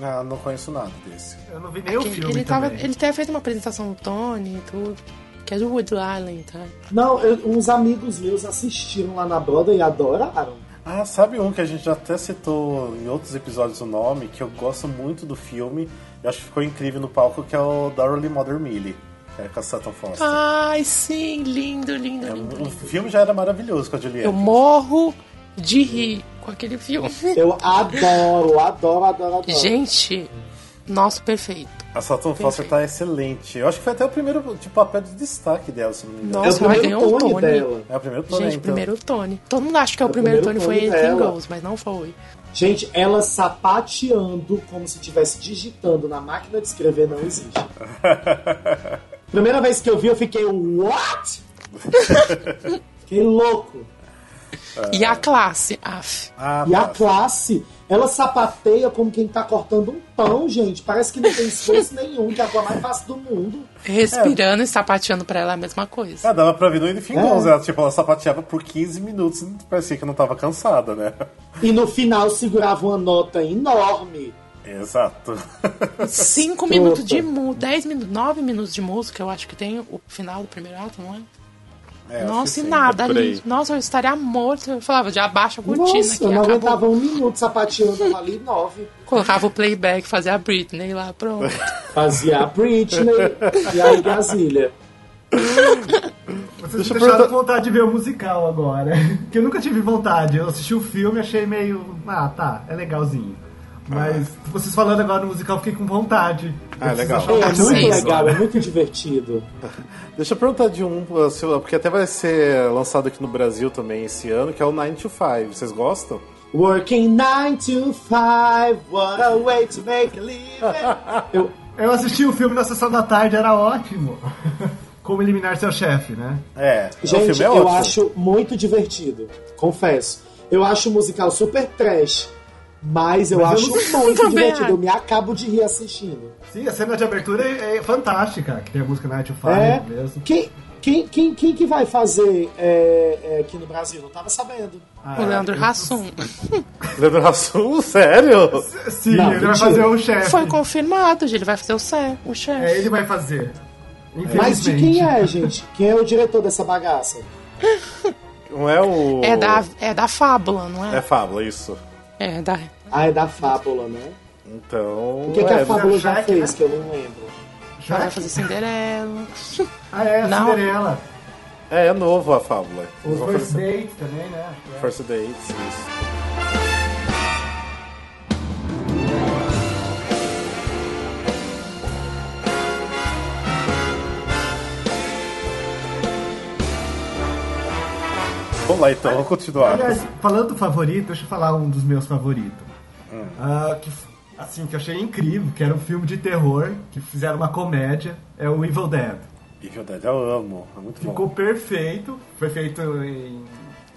Speaker 4: Ah, não conheço nada desse.
Speaker 8: Eu não vi nem o
Speaker 6: Que
Speaker 8: filme
Speaker 6: ele, tava,
Speaker 8: também.
Speaker 6: ele até fez uma apresentação no Tony e tudo, que é do Woody Allen, tá?
Speaker 5: Não, eu- uns amigos meus assistiram lá na Broadway e adoraram.
Speaker 4: Ah, sabe um que a gente já até citou em outros episódios o nome, que eu gosto muito do filme, eu acho que ficou incrível no palco, que é o Darling Mother Millie, é, com a Sutton Foster.
Speaker 6: Ai, sim, lindo, lindo,
Speaker 8: um
Speaker 4: É,
Speaker 6: lindo.
Speaker 4: o filme já era maravilhoso com a Juliette.
Speaker 6: Eu morro de rir com aquele filme.
Speaker 5: Eu adoro, adoro, adoro, adoro.
Speaker 6: Gente, nosso perfeito.
Speaker 4: A Sutton Foster tá excelente. Eu acho que foi até o primeiro tipo, papel de destaque dela, se não me engano.
Speaker 5: é o
Speaker 6: Nossa, ela
Speaker 5: primeiro
Speaker 6: ganhou o
Speaker 5: Tony,
Speaker 6: Tony.
Speaker 5: dela.
Speaker 4: É o primeiro Tony,
Speaker 6: Gente,
Speaker 4: então.
Speaker 6: primeiro Tony. Todo mundo acha que é o
Speaker 5: É o
Speaker 6: primeiro,
Speaker 5: primeiro
Speaker 6: Tony foi
Speaker 5: Tony
Speaker 6: Anything
Speaker 5: dela.
Speaker 6: Goes, mas não foi.
Speaker 5: Gente, ela sapateando como se estivesse digitando na máquina de escrever não existe. Primeira vez que eu vi, eu fiquei, what? fiquei louco.
Speaker 6: E a classe, af.
Speaker 4: Ah,
Speaker 5: E a
Speaker 4: tá.
Speaker 5: classe, ela sapateia como quem tá cortando um pão, gente. Parece que não tem esforço nenhum, que é a coisa mais fácil do mundo.
Speaker 6: Respirando e sapateando pra ela é a mesma coisa.
Speaker 4: [LAUGHS] Ah, dava pra ver no Indefingons,
Speaker 5: É.
Speaker 4: ela, tipo, ela sapateava por 15 minutos e parecia que não tava cansada, né? [LAUGHS]
Speaker 5: E no final segurava uma nota enorme.
Speaker 4: Exato. [LAUGHS]
Speaker 6: Cinco minutos de música, dez minutos, nove minutos de música, eu acho que tem o final do primeiro ato, não é?
Speaker 4: É, acho que
Speaker 6: Nossa, e
Speaker 4: sim.
Speaker 6: nada.
Speaker 7: é por aí.
Speaker 6: ali. Nossa, eu estaria morto. Eu falava, já abaixa a cortina
Speaker 5: Nossa,
Speaker 6: aqui,
Speaker 5: eu não
Speaker 6: acabou.
Speaker 5: aguentava um minuto sapateando tava ali, nove.
Speaker 6: Colocava o playback, fazia a Britney lá, pronto.
Speaker 5: Fazia a Britney e aí Brasília.
Speaker 8: Vocês
Speaker 4: Deixa
Speaker 8: me
Speaker 4: eu
Speaker 8: deixaram
Speaker 4: perguntar-
Speaker 8: com vontade de ver o musical agora. [LAUGHS] Que eu nunca tive vontade. Eu assisti o filme e achei meio. Ah, tá, é legalzinho. Mas vocês falando agora do musical, eu fiquei com vontade.
Speaker 4: Ah,
Speaker 8: Eu preciso
Speaker 4: legal.
Speaker 8: achar um
Speaker 5: É,
Speaker 8: caminho
Speaker 5: muito
Speaker 6: sim.
Speaker 5: legal, é muito divertido.
Speaker 4: Deixa eu perguntar de um, uh, se- porque até vai ser lançado aqui no Brasil também esse ano, que é o 9 to 5. Vocês gostam?
Speaker 5: Working 9 to 5, what a way to make a
Speaker 6: [LAUGHS]
Speaker 5: living. Eu,
Speaker 8: Eu assisti o filme na sessão da tarde, era ótimo. [LAUGHS] Como eliminar seu chefe, né?
Speaker 4: É, o
Speaker 5: gente,
Speaker 4: filme é
Speaker 5: eu
Speaker 4: ótimo.
Speaker 5: acho muito divertido, confesso. Eu acho o musical super trash, mas eu
Speaker 8: Mas eu
Speaker 5: acho muito
Speaker 6: também
Speaker 5: divertido.
Speaker 6: acho.
Speaker 5: Eu me acabo de rir assistindo.
Speaker 8: Sim, a cena de abertura é, é fantástica, que tem a música Night of Fire
Speaker 5: É,
Speaker 8: Ah, mesmo.
Speaker 5: quem, quem, quem, quem que vai fazer é, é, aqui no Brasil? Não tava sabendo.
Speaker 8: Ah,
Speaker 6: O Leandro
Speaker 8: eu-
Speaker 6: Hassum.
Speaker 4: Leandro Hassum, um? sério?
Speaker 8: é, Sim,
Speaker 5: Não,
Speaker 8: ele vai
Speaker 5: mentira.
Speaker 8: fazer o chefe.
Speaker 6: Foi confirmado, gente, ele vai fazer o Sé, o
Speaker 8: É,
Speaker 6: chefe.
Speaker 8: ele vai fazer.
Speaker 5: Mas de
Speaker 8: Infelizmente.
Speaker 5: quem é, gente? Quem é o diretor dessa bagaça?
Speaker 4: Não é o...
Speaker 6: É da, é da fábula, não
Speaker 4: É
Speaker 6: é?
Speaker 4: Fábula, isso.
Speaker 6: É, da.
Speaker 5: Ah, é da Fábula, né?
Speaker 4: Então...
Speaker 5: O que, que
Speaker 4: é,
Speaker 5: a Fábula já
Speaker 8: Shrek,
Speaker 5: fez,
Speaker 8: né?
Speaker 5: que eu não lembro.
Speaker 6: Ela vai
Speaker 8: Shrek?
Speaker 6: fazer Cinderela.
Speaker 8: Ah, é, a
Speaker 6: Não.
Speaker 8: Cinderela.
Speaker 4: é, é novo a Fábula.
Speaker 8: O First Date também, né? Acho que é.
Speaker 4: First Dates, isso. Vamos lá então, vamos continuar.
Speaker 8: Aliás, falando do favorito, deixa eu falar um dos meus favoritos. Ah, que, f- assim, que eu achei incrível, que era um filme de terror, que fizeram uma comédia, é o Evil Dead.
Speaker 4: Evil Dead eu amo, é muito bom.
Speaker 8: Ficou perfeito, foi feito em,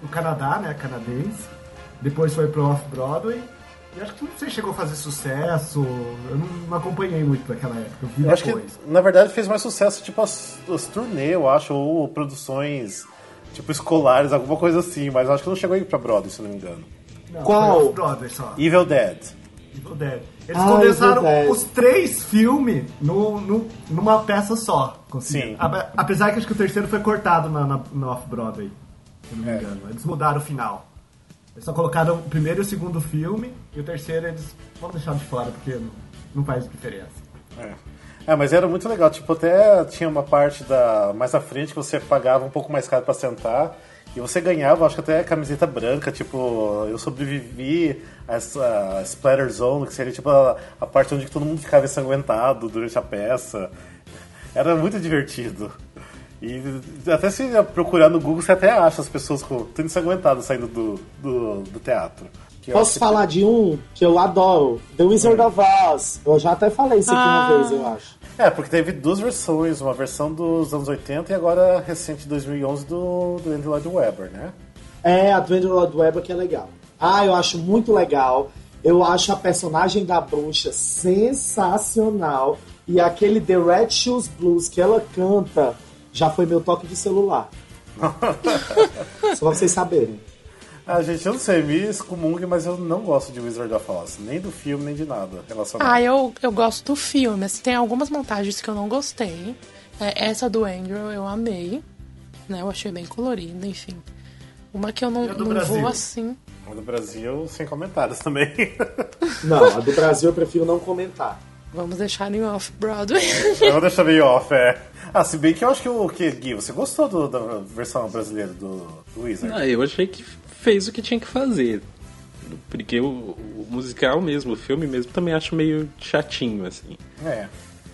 Speaker 8: no Canadá, né, canadense. Depois foi pro Off-Broadway. E acho que não sei, chegou a fazer sucesso, eu não, não acompanhei muito naquela época, eu vi
Speaker 4: Eu acho que,
Speaker 8: depois.
Speaker 4: na verdade, fez mais sucesso, tipo, as, as turnê, eu acho, ou produções, tipo, escolares, alguma coisa assim, mas eu acho que não chegou aí pra Broadway, se não me engano.
Speaker 8: Não,
Speaker 5: Qual?
Speaker 8: foi Off-Broadway só.
Speaker 4: Evil Dead.
Speaker 8: Evil Dead. Eles
Speaker 5: Ah,
Speaker 8: condensaram
Speaker 5: Evil Dead.
Speaker 8: os três filmes no, no- numa peça só. conseguiram.
Speaker 4: Sim.
Speaker 8: Ape- Apesar que acho que o terceiro foi cortado na, na, na Off-Broadway, se
Speaker 4: É.
Speaker 8: não me engano. Eles mudaram o final. Eles só colocaram o primeiro e o segundo filme, e o terceiro eles vão deixar de fora, porque não, não faz diferença.
Speaker 4: É. Ah, mas era muito legal. Tipo, até tinha uma parte da mais à frente que você pagava um pouco mais caro pra sentar e você ganhava, acho que até camiseta branca. Tipo, eu sobrevivi a essa Splatter Zone, que seria tipo a, a parte onde todo mundo ficava ensanguentado durante a peça. Era muito divertido. E até se procurar no Google, você até acha as pessoas com tudo ensanguentado saindo do, do, do teatro. Que eu acho
Speaker 5: Posso
Speaker 4: que-
Speaker 5: falar de um que eu adoro? The Wizard of Oz. Eu já até falei isso aqui uma vez, eu acho.
Speaker 4: É, porque teve duas versões, uma versão dos anos 80 e agora a recente 2011 do, do Andy Lloyd Webber, né?
Speaker 5: É, a Duende Lord Webber que é legal. Ah, eu acho muito legal. Eu acho a personagem da bruxa sensacional. E aquele The Red Shoes Blues que ela canta já foi meu toque de celular. Só pra vocês saberem.
Speaker 4: Ah, gente, eu não sei, me excomungue, mas eu não gosto de Wizard of Oz, nem do filme, nem de nada relacionado.
Speaker 6: Ah, eu, eu gosto do filme. assim, tem algumas montagens que eu não gostei. É, essa do Andrew eu amei. Né? Eu achei bem colorida, enfim. Uma que eu não,
Speaker 8: E a do
Speaker 6: não
Speaker 8: Brasil?
Speaker 6: vou assim.
Speaker 4: No Brasil, sem comentários também. [LAUGHS]
Speaker 5: Não, a do Brasil eu prefiro não comentar.
Speaker 6: Vamos deixar em [LAUGHS] off-Broadway.
Speaker 4: eu vou deixar meio off, é. Ah, se bem que eu acho que o que, Gui, você gostou do- da versão brasileira do, do Wizard?
Speaker 7: Ah, eu achei que fez o que tinha que fazer. Porque o, o musical mesmo, o filme mesmo, também acho meio chatinho, assim.
Speaker 4: É.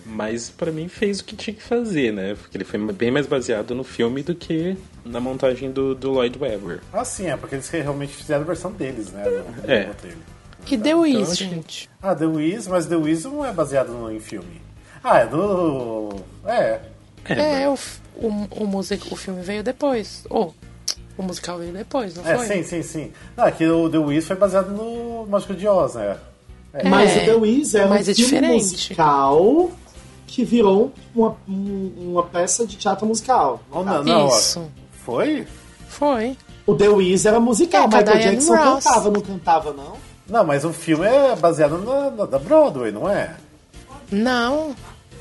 Speaker 7: Mas pra mim fez o que tinha que fazer, né? Porque ele foi bem mais baseado no filme do que na montagem do, do Lloyd Webber.
Speaker 4: Ah, sim, é, porque eles realmente fizeram a versão deles, né? do- do
Speaker 7: É.
Speaker 4: roteiro.
Speaker 6: E The Wiz,
Speaker 7: acho que-
Speaker 6: gente.
Speaker 4: Ah, The Wiz, mas The Wiz não é baseado no- em filme. Ah, é do. É.
Speaker 6: É, o, f- o, o, music, o filme veio depois. Ou, o musical veio depois, não
Speaker 4: É,
Speaker 6: foi?
Speaker 4: sim, sim, sim. Não, é que o The Wiz foi baseado no Mágico de Oz, né?
Speaker 5: Mas
Speaker 6: É,
Speaker 5: o The Wiz é um
Speaker 6: mas é
Speaker 5: filme
Speaker 6: diferente.
Speaker 5: musical que virou uma, um- uma peça de teatro musical.
Speaker 4: Ou não, não, ó.
Speaker 6: Isso.
Speaker 4: Foi?
Speaker 6: Foi.
Speaker 5: O The Wiz era musical,
Speaker 6: É, com a
Speaker 5: Michael
Speaker 6: Diana
Speaker 5: Jackson
Speaker 6: Ross.
Speaker 5: cantava, não cantava, não?
Speaker 4: Não, mas o filme é baseado na, na- da Broadway, não é?
Speaker 6: Não.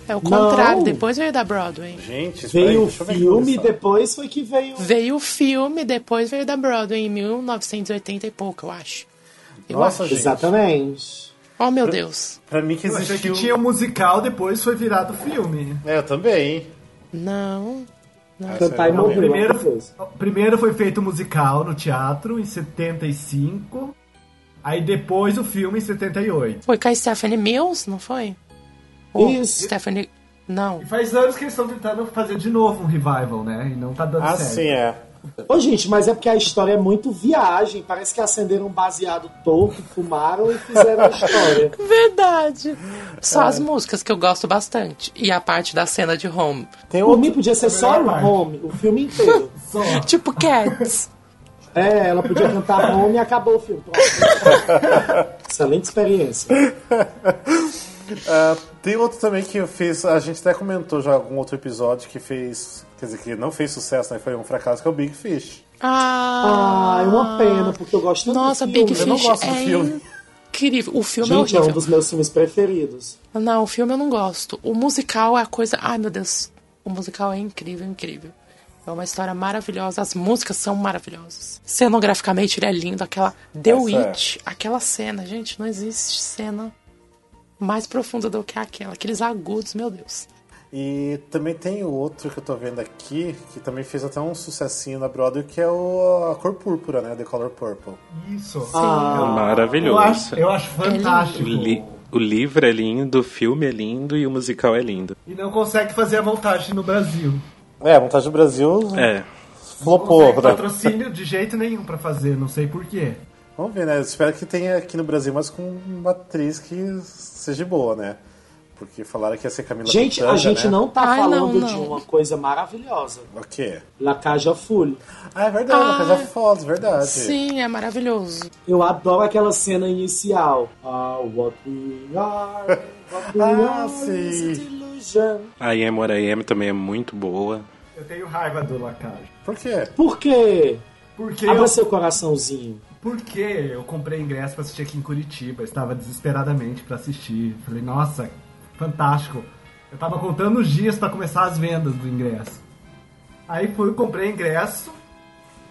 Speaker 6: É o
Speaker 5: Não.
Speaker 6: contrário, depois veio da Broadway.
Speaker 4: Gente, espera aí,
Speaker 5: Veio o
Speaker 4: deixa eu ver
Speaker 5: filme,
Speaker 4: aqui,
Speaker 5: depois foi que veio...
Speaker 6: Veio o filme, depois veio da Broadway, em 1980 e pouco, eu acho. Eu
Speaker 4: Nossa,
Speaker 6: acho.
Speaker 4: gente.
Speaker 5: Exatamente.
Speaker 6: Oh, meu Deus.
Speaker 4: Pra mim que
Speaker 8: Eu achei que
Speaker 4: existiu.
Speaker 8: tinha o musical, depois foi virado filme.
Speaker 4: É, eu também.
Speaker 6: Não.
Speaker 4: Ah,
Speaker 5: Cantar e
Speaker 4: Não,
Speaker 5: morrer.
Speaker 8: Primeiro,
Speaker 5: meu Deus.
Speaker 8: primeiro foi feito o musical no teatro, em 75. Aí depois o filme, em 78.
Speaker 6: Foi com a Stephanie Mills, não foi? Ou
Speaker 5: Isso.
Speaker 6: Stephanie... Não.
Speaker 8: [LAUGHS] E faz anos que eles estão tentando fazer de novo um revival, né? E não tá dando
Speaker 4: Ah,
Speaker 8: certo.
Speaker 4: sim, é.
Speaker 5: Ô, gente, mas é porque a história é muito viagem. Parece que acenderam um baseado torto, fumaram e fizeram a
Speaker 4: [LAUGHS]
Speaker 5: história.
Speaker 6: Verdade. Só as músicas que eu gosto bastante. E a parte da cena de home.
Speaker 4: Tem
Speaker 5: Por
Speaker 4: outro.
Speaker 5: mim podia ser só
Speaker 8: melhor parte.
Speaker 5: Home, o filme
Speaker 4: [LAUGHS]
Speaker 5: inteiro.
Speaker 8: Só.
Speaker 6: Tipo Cats.
Speaker 5: É, ela podia cantar Home e acabou o
Speaker 4: [LAUGHS]
Speaker 5: filme. Pronto. Excelente experiência.
Speaker 4: Ah, tem outro também que eu fiz, a gente até comentou já em algum outro episódio que fez, quer dizer, que não fez sucesso, né? Foi um fracasso, que é o Big Fish.
Speaker 6: Ah,
Speaker 5: Ah, é uma pena, porque eu gosto tanto
Speaker 6: Nossa,
Speaker 5: do
Speaker 6: Big
Speaker 5: filme.
Speaker 6: Fish
Speaker 4: Eu não gosto do
Speaker 6: é
Speaker 4: filme.
Speaker 6: incrível. O filme
Speaker 5: Gente,
Speaker 6: é
Speaker 5: é um
Speaker 6: horrível.
Speaker 5: dos meus filmes preferidos.
Speaker 6: Não, o filme eu não gosto. O musical é a coisa... Ai, meu Deus. O musical é incrível, incrível. É uma história maravilhosa. As músicas são maravilhosas. Cenograficamente, ele é lindo. Aquela The
Speaker 4: Essa é.
Speaker 6: Witch. Aquela cena, gente. Não existe cena mais profunda do que aquela. Aqueles agudos, meu Deus.
Speaker 4: E também tem outro que eu tô vendo aqui, que também fez até um sucessinho na Broadway, que é o a cor púrpura, né? The Color Purple.
Speaker 8: Isso.
Speaker 6: Ah,
Speaker 7: Ah,
Speaker 8: eu,
Speaker 7: Maravilhoso.
Speaker 8: acho, eu acho
Speaker 7: O,
Speaker 8: fantástico.
Speaker 7: li- o livro é lindo, o filme é lindo e o musical é lindo.
Speaker 8: E não consegue fazer a montagem no Brasil.
Speaker 4: É, a montagem do Brasil
Speaker 7: É.
Speaker 4: flopou,
Speaker 8: Não consegue
Speaker 4: né?
Speaker 8: patrocínio de jeito nenhum pra fazer, não sei porquê.
Speaker 4: [LAUGHS] Vamos ver, né? Eu espero que tenha aqui no Brasil, mas com uma atriz que seja boa, né? Porque falaram que ia ser Camila
Speaker 5: Gente, a
Speaker 4: Pitanga,
Speaker 5: gente
Speaker 4: né?
Speaker 5: não tá
Speaker 6: Ai,
Speaker 5: falando
Speaker 6: não,
Speaker 5: de
Speaker 6: não.
Speaker 5: uma coisa maravilhosa.
Speaker 4: O quê?
Speaker 5: La Caja Full.
Speaker 4: Ah, é verdade,
Speaker 6: Ah.
Speaker 4: ah, Casa Foz, verdade.
Speaker 6: Sim, é maravilhoso.
Speaker 5: Eu adoro aquela cena inicial. Ah, what we
Speaker 8: [LAUGHS]
Speaker 5: are, what we
Speaker 4: Ah,
Speaker 5: are is
Speaker 4: sim.
Speaker 5: an illusion.
Speaker 7: A I Am What I Am também é muito boa.
Speaker 8: Eu tenho raiva do Lacage.
Speaker 4: Por quê?
Speaker 5: Por quê?
Speaker 8: Porque eu,
Speaker 5: Abra seu coraçãozinho.
Speaker 8: porque eu comprei ingresso pra assistir aqui em Curitiba. Estava desesperadamente pra assistir. Falei, nossa, fantástico. Eu tava contando os dias pra começar as vendas do ingresso. Aí fui, comprei ingresso.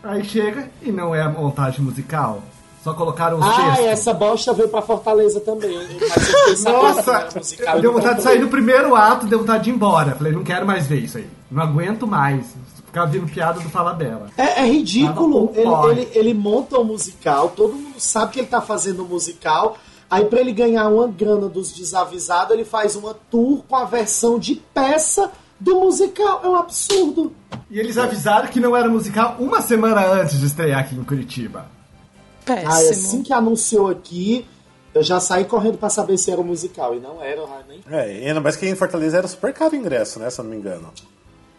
Speaker 8: Aí chega e não é a montagem musical. Só colocaram os
Speaker 5: Ah,
Speaker 8: textos.
Speaker 5: essa bosta veio pra Fortaleza também. Mas eu fiquei sabendo que era musical,
Speaker 8: Nossa, deu
Speaker 5: então
Speaker 8: vontade de
Speaker 5: foi.
Speaker 8: sair no primeiro ato, deu vontade de ir embora. Falei, não quero mais ver isso aí. Não aguento mais. Ficar vindo piada do Fala Dela.
Speaker 5: É, é ridículo.
Speaker 8: Ah, não pode.
Speaker 5: ele, ele, ele monta um musical, todo mundo sabe que ele tá fazendo um musical. Aí, pra ele ganhar uma grana dos desavisados, ele faz uma tour com a versão de peça do musical. É um absurdo.
Speaker 8: E
Speaker 5: É.
Speaker 8: eles avisaram que não era musical uma semana antes de estrear aqui em Curitiba.
Speaker 6: É Péssimo.
Speaker 5: Aí, assim que anunciou aqui, eu já saí correndo pra saber se era um musical. E não era, eu nem.
Speaker 4: É, e ainda mais que em Fortaleza era super caro o ingresso, né? Se eu não me engano.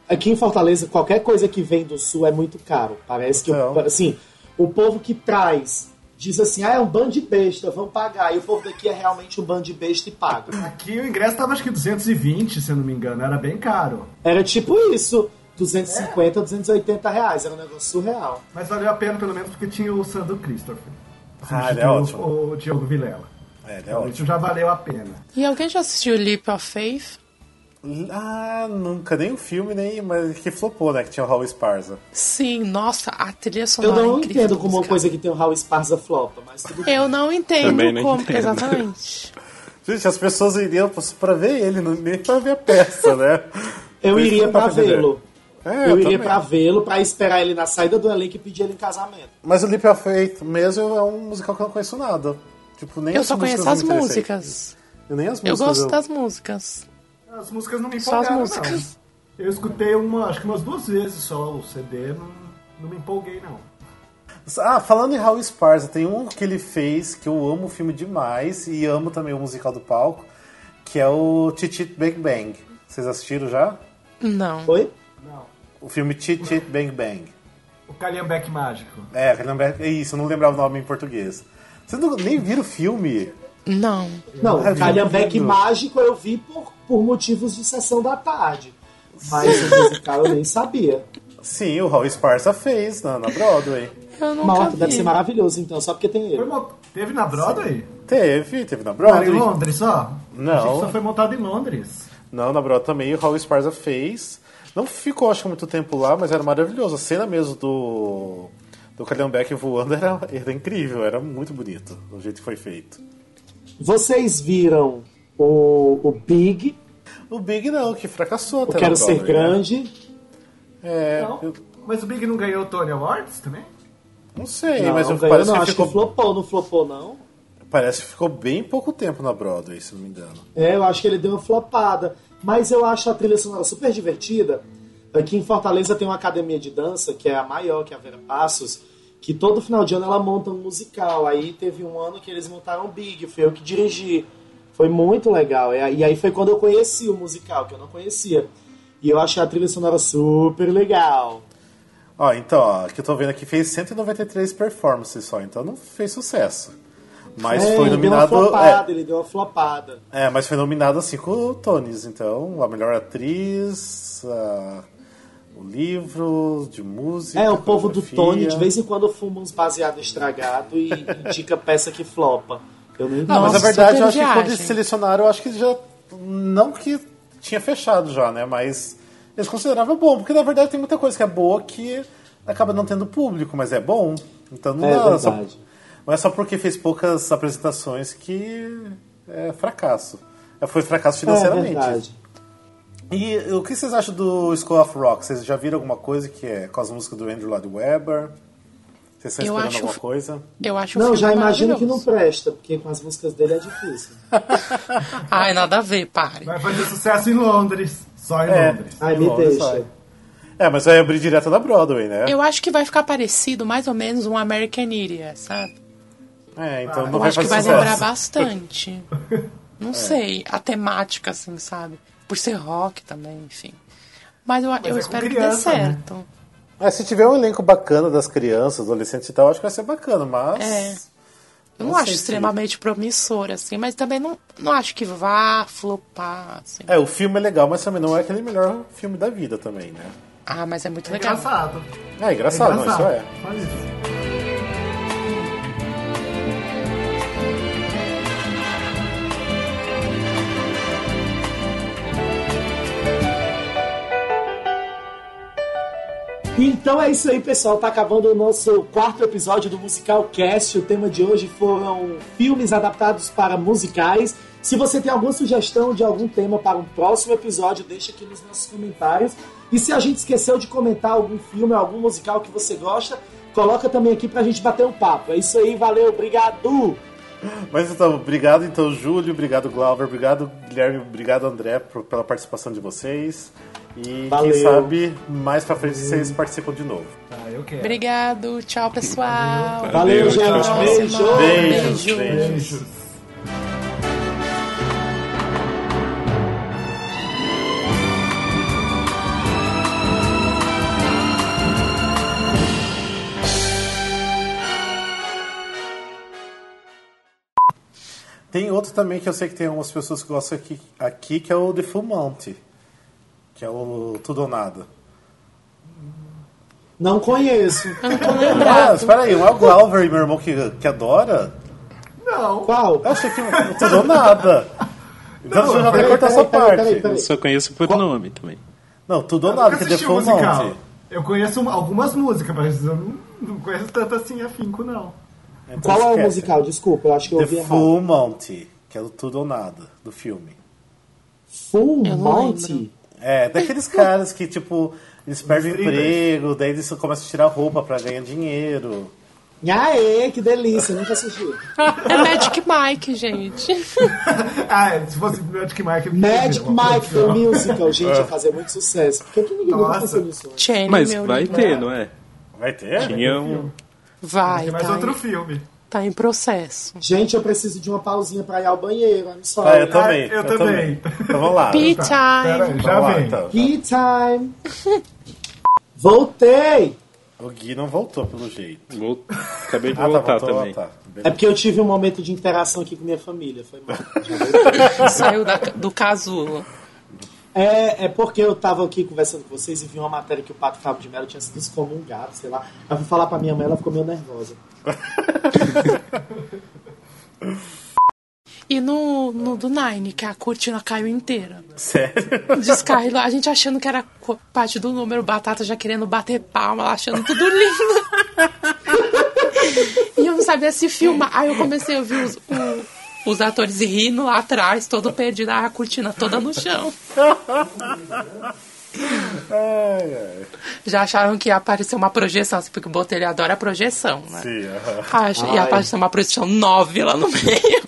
Speaker 5: Aqui em Fortaleza, qualquer coisa que vem do sul é muito caro. Parece que,
Speaker 4: Então.
Speaker 5: o, assim, o povo que traz diz assim: ah, é um bando de besta, vamos pagar. E o povo daqui é realmente um bando de besta e paga.
Speaker 8: Aqui o ingresso tava acho que 220, se eu não me engano. Era bem caro.
Speaker 5: Era tipo isso. 250, 280 reais. Era um negócio surreal.
Speaker 8: Mas valeu a pena, pelo menos, porque tinha o Sandro Christopher.
Speaker 4: Ah, ele é
Speaker 8: Substituiu
Speaker 4: ótimo.
Speaker 8: O, o Diogo Vilela.
Speaker 4: É, ele é ótimo.
Speaker 8: Isso já valeu a pena.
Speaker 6: E alguém já assistiu Leap of Faith?
Speaker 4: Ah, nunca. Nem o filme, nem. Mas que flopou, né? Que tinha o Raul Esparza.
Speaker 6: Sim, nossa, a trilha
Speaker 5: Eu
Speaker 6: sonora é
Speaker 5: não
Speaker 6: incrível
Speaker 5: entendo como uma
Speaker 6: musical.
Speaker 5: coisa que tem o Raul Esparza flopa, mas tudo
Speaker 4: [LAUGHS]
Speaker 5: bem.
Speaker 6: Eu não entendo
Speaker 7: Também não
Speaker 6: como.
Speaker 7: entendo.
Speaker 6: Exatamente.
Speaker 4: Gente, as pessoas iriam pra ver ele, não- nem pra ver a
Speaker 6: [LAUGHS]
Speaker 4: peça, né?
Speaker 5: Eu
Speaker 4: Isso
Speaker 5: iria
Speaker 4: não dá
Speaker 5: pra
Speaker 4: entender.
Speaker 5: vê-lo.
Speaker 4: É,
Speaker 5: Eu iria
Speaker 4: também.
Speaker 5: pra vê-lo, pra esperar ele na saída do elenco e pedir ele em casamento.
Speaker 4: Mas o Leap of Faith mesmo é um musical que eu não conheço nada. Tipo, nem
Speaker 6: Eu
Speaker 4: as
Speaker 6: só
Speaker 4: músicas
Speaker 6: conheço as
Speaker 4: eu me interessei.
Speaker 6: músicas.
Speaker 4: Eu nem as
Speaker 6: Eu
Speaker 4: músicas.
Speaker 6: gosto das músicas.
Speaker 8: As músicas não me
Speaker 6: Só
Speaker 8: empolgaram,
Speaker 6: as
Speaker 8: não.
Speaker 6: músicas.
Speaker 8: Eu escutei uma, acho que umas duas vezes só o CD, não, não me empolguei não.
Speaker 4: Ah, falando em Raul Esparza, tem um que ele fez que eu amo o filme demais e amo também o musical do palco, que é o Chit Chit Bang Bang. Vocês assistiram já?
Speaker 6: Não.
Speaker 5: Oi?
Speaker 8: Não.
Speaker 4: O filme Chit Chit Bang Bang.
Speaker 8: O Calhambeck mágico.
Speaker 4: É, aquele nome é é isso, eu não lembrava o nome em português. Vocês não, nem viram o filme?
Speaker 6: Não.
Speaker 5: Não,
Speaker 4: Ah,
Speaker 5: Calhambeque
Speaker 4: não.
Speaker 5: Mágico eu vi por, por motivos de sessão da tarde. Mas o musical eu nem sabia.
Speaker 4: Sim, o Raul Esparza fez na, na Broadway.
Speaker 6: Eu nunca
Speaker 5: Malta,
Speaker 6: vi.
Speaker 5: deve ser maravilhoso então, só porque tem
Speaker 8: Foi
Speaker 5: ele.
Speaker 8: mo- Teve na Broadway?
Speaker 4: Teve, teve na
Speaker 8: Cara,
Speaker 4: Broadway.
Speaker 8: em Londres só?
Speaker 4: Não.
Speaker 8: Achei que só foi montado em Londres.
Speaker 4: Não, na Broadway também o Raul Esparza fez. Não ficou, acho que, muito tempo lá, mas era maravilhoso. A cena mesmo do, do Calhambeck voando era, era incrível, era muito bonito do jeito que foi feito.
Speaker 5: Vocês viram o, o Big,
Speaker 4: O Big não, que fracassou
Speaker 5: o
Speaker 4: até na
Speaker 5: Quero Ser
Speaker 4: Broadway, né?
Speaker 5: Grande.
Speaker 4: É,
Speaker 8: Não.
Speaker 4: eu
Speaker 8: Mas o Big não ganhou o Tony Awards também?
Speaker 4: não sei,
Speaker 5: Não,
Speaker 4: mas eu-
Speaker 5: ganhou,
Speaker 4: parece,
Speaker 5: não,
Speaker 4: que
Speaker 5: acho
Speaker 4: ficou,
Speaker 5: que flopou, não flopou não.
Speaker 4: parece que ficou bem pouco tempo na Broadway, se não me engano.
Speaker 5: É, eu acho que ele deu uma flopada. Mas eu acho a trilha sonora super divertida. Aqui em Fortaleza tem uma academia de dança, que é a maior, que é a Vera Passos, que todo final de ano ela monta um musical. Aí teve um ano que eles montaram o Big, foi eu que dirigi. Foi muito legal. E aí- E aí foi quando eu conheci o musical, que eu não conhecia. E eu achei a trilha sonora super legal.
Speaker 4: Ó, então, ó, que eu tô vendo aqui fez 193 performances só, então não fez sucesso. Mas
Speaker 5: É,
Speaker 4: foi
Speaker 5: ele
Speaker 4: nominado.
Speaker 5: Deu uma
Speaker 4: é,
Speaker 5: flopada, Ele deu uma flopada.
Speaker 4: É, mas foi nominado a cinco Tonys, então. A melhor atriz, a- o livro, de música.
Speaker 5: É, o povo do
Speaker 4: coreografia.
Speaker 5: Tony de vez em quando fuma uns baseado estragado e indica peça que flopa. Eu não
Speaker 4: Não, Ah, mas a
Speaker 6: Nossa,
Speaker 4: verdade, eu
Speaker 6: super
Speaker 4: acho que quando
Speaker 6: viagem.
Speaker 4: eles selecionaram, eu acho que já. Não que tinha fechado já, né? Mas eles consideravam bom, porque na verdade tem muita coisa que é boa que acaba não tendo público, mas é bom. Então não
Speaker 5: É
Speaker 4: dá. Só,
Speaker 5: verdade.
Speaker 4: não é só porque fez poucas apresentações que é fracasso. É, Foi fracasso financeiramente.
Speaker 5: É verdade.
Speaker 4: E o que vocês acham do School of Rock? Vocês já viram alguma coisa que é com as músicas do Andrew Lloyd Webber? Vocês estão
Speaker 6: Eu
Speaker 4: esperando
Speaker 6: acho-
Speaker 4: alguma coisa? [LAUGHS]
Speaker 6: Eu acho o
Speaker 5: Não,
Speaker 6: filme
Speaker 5: já imagino que não
Speaker 6: maravilhoso.
Speaker 5: presta, porque com as músicas dele é difícil.
Speaker 6: Ai, nada a ver, pare.
Speaker 8: Vai fazer sucesso em Londres. Só em
Speaker 4: É.
Speaker 8: Londres.
Speaker 5: Ai,
Speaker 4: Em
Speaker 5: me
Speaker 4: Londres
Speaker 5: deixa.
Speaker 4: vai. É, mas vai abrir direto da Broadway, né?
Speaker 6: Eu acho que vai ficar parecido mais ou menos um American Idiot, sabe?
Speaker 4: É, então
Speaker 8: Ah,
Speaker 4: não
Speaker 6: Eu
Speaker 4: vai
Speaker 6: acho que
Speaker 4: fazer
Speaker 6: vai
Speaker 4: sucesso.
Speaker 6: lembrar bastante. Não sei, a temática, assim, sabe? Por ser rock também, enfim. Mas eu, eu
Speaker 8: é com
Speaker 6: espero
Speaker 8: criança,
Speaker 6: que dê
Speaker 8: né?
Speaker 6: certo.
Speaker 4: É, se tiver um elenco bacana das crianças, adolescentes e tal, acho que vai ser bacana, mas.
Speaker 6: É. Eu não
Speaker 4: Não sei
Speaker 6: acho
Speaker 4: se-
Speaker 6: extremamente promissor, assim, mas também não, não acho que vá flopar, assim.
Speaker 4: É, o filme é legal, mas também não é aquele melhor filme da vida também, né?
Speaker 6: Ah, mas é muito
Speaker 8: É
Speaker 6: legal.
Speaker 8: engraçado.
Speaker 4: É engraçado, não, isso é.
Speaker 8: Só isso.
Speaker 5: Então é isso aí, pessoal. Tá acabando o nosso quarto episódio do Musical Cast. O tema de hoje foram filmes adaptados para musicais. Se você tem alguma sugestão de algum tema para um próximo episódio, deixa aqui nos nossos comentários. E se a gente esqueceu de comentar algum filme, algum musical que você gosta, coloca também aqui pra gente bater um papo. É isso aí, valeu, obrigado!
Speaker 4: Mas então, obrigado então, Júlio, obrigado, Glauber, obrigado, Guilherme, obrigado, André, por- pela participação de vocês. E
Speaker 5: Valeu.
Speaker 4: quem sabe, mais pra frente vocês participam de novo.
Speaker 8: Ah, eu quero.
Speaker 6: Obrigado, tchau, pessoal.
Speaker 5: Valeu,
Speaker 7: Valeu,
Speaker 5: gente,
Speaker 7: tchau.
Speaker 5: beijo!
Speaker 4: Beijos,
Speaker 6: Beijo.
Speaker 4: beijos.
Speaker 8: Beijos.
Speaker 4: Tem outro também que eu sei que tem algumas pessoas que gostam aqui, aqui que é o The Full Monty, que é o Tudo ou Nada.
Speaker 5: Não conheço.
Speaker 4: Ah, espera aí, não é o Glauber, meu irmão, que, que adora?
Speaker 8: Não.
Speaker 5: Qual?
Speaker 4: Eu achei que o Tudo ou Nada. Então você já vai
Speaker 5: peraí,
Speaker 4: cortar
Speaker 5: peraí,
Speaker 4: essa
Speaker 5: peraí,
Speaker 4: parte.
Speaker 5: peraí, peraí.
Speaker 7: Eu só conheço por nome também.
Speaker 4: Não, Tudo ou
Speaker 8: Eu
Speaker 4: Nada,
Speaker 8: nunca
Speaker 4: que é The
Speaker 8: assisti o
Speaker 4: Full
Speaker 8: musical.
Speaker 4: Monty.
Speaker 8: Eu conheço uma- algumas músicas, mas eu não, não conheço tanto assim afinco, não. [LAUGHS]
Speaker 4: Então
Speaker 5: Qual é o
Speaker 4: esquece.
Speaker 5: musical? Desculpa, eu acho que eu
Speaker 4: The
Speaker 5: ouvi errado.
Speaker 4: Full Monty, que é do Tudo ou Nada, do filme.
Speaker 5: Full
Speaker 6: Eu não
Speaker 5: Monty?
Speaker 6: lembro.
Speaker 4: É, daqueles caras que, tipo, eles perdem o
Speaker 8: Streeters.
Speaker 4: emprego, daí eles começam a tirar roupa pra ganhar dinheiro.
Speaker 5: Aê, que delícia, nunca assisti.
Speaker 6: É Magic Mike,
Speaker 4: [LAUGHS]
Speaker 6: gente.
Speaker 8: Ah, é, se fosse Magic Mike... eu
Speaker 5: Magic
Speaker 8: queria ver uma
Speaker 5: Mike, The
Speaker 8: produção.
Speaker 5: Musical, gente, ia fazer muito sucesso. Por que, que ninguém nunca
Speaker 8: Nossa.
Speaker 6: é
Speaker 5: pensou nisso? antes?
Speaker 6: Jenny,
Speaker 7: Mas
Speaker 6: meu
Speaker 7: vai
Speaker 6: lindo.
Speaker 7: ter, não é?
Speaker 4: Vai ter?
Speaker 7: Tinha um...
Speaker 6: Vai,
Speaker 8: Tem mais
Speaker 6: tá,
Speaker 8: outro
Speaker 6: em,
Speaker 8: filme.
Speaker 6: tá em processo.
Speaker 5: Gente, eu preciso de uma pausinha pra ir ao banheiro. I'm sorry.
Speaker 4: Ah, eu também.
Speaker 8: eu também.
Speaker 4: Então vamos lá.
Speaker 6: Pee
Speaker 8: Pera
Speaker 6: time!
Speaker 8: aí, já
Speaker 4: Vamos lá,
Speaker 8: vem.
Speaker 4: então.
Speaker 5: Tea time. Voltei!
Speaker 4: O Gui não voltou, pelo jeito.
Speaker 7: Vou... Acabei de
Speaker 4: Ah, tá,
Speaker 7: voltar
Speaker 4: voltou,
Speaker 7: também.
Speaker 4: tá.
Speaker 5: É
Speaker 4: Beleza.
Speaker 5: porque eu tive um momento de interação aqui com minha família. Foi mal.
Speaker 6: Saiu da- do casulo.
Speaker 5: É, é porque eu tava aqui conversando com vocês e vi uma matéria que o Pato Cabo de Melo tinha sido excomungado, sei lá. Aí eu fui falar pra minha mãe, ela ficou meio nervosa.
Speaker 6: E no, no do Nine, que a cortina caiu inteira.
Speaker 4: Sério?
Speaker 6: [LAUGHS] Descarrilou, a gente achando que era co- parte do número, Batata já querendo bater palma, ela achando tudo lindo. e eu não sabia se filmar. Aí eu comecei a ouvir os, o- os atores rindo lá atrás, todo perdido, a cortina toda no chão.
Speaker 4: Ai, ai.
Speaker 6: Já acharam que ia aparecer uma projeção, assim, porque o Botelho adora projeção, né?
Speaker 4: Sim, aham.
Speaker 6: Ah, ach- ia
Speaker 5: Ai.
Speaker 6: aparecer uma projeção 9 lá no meio.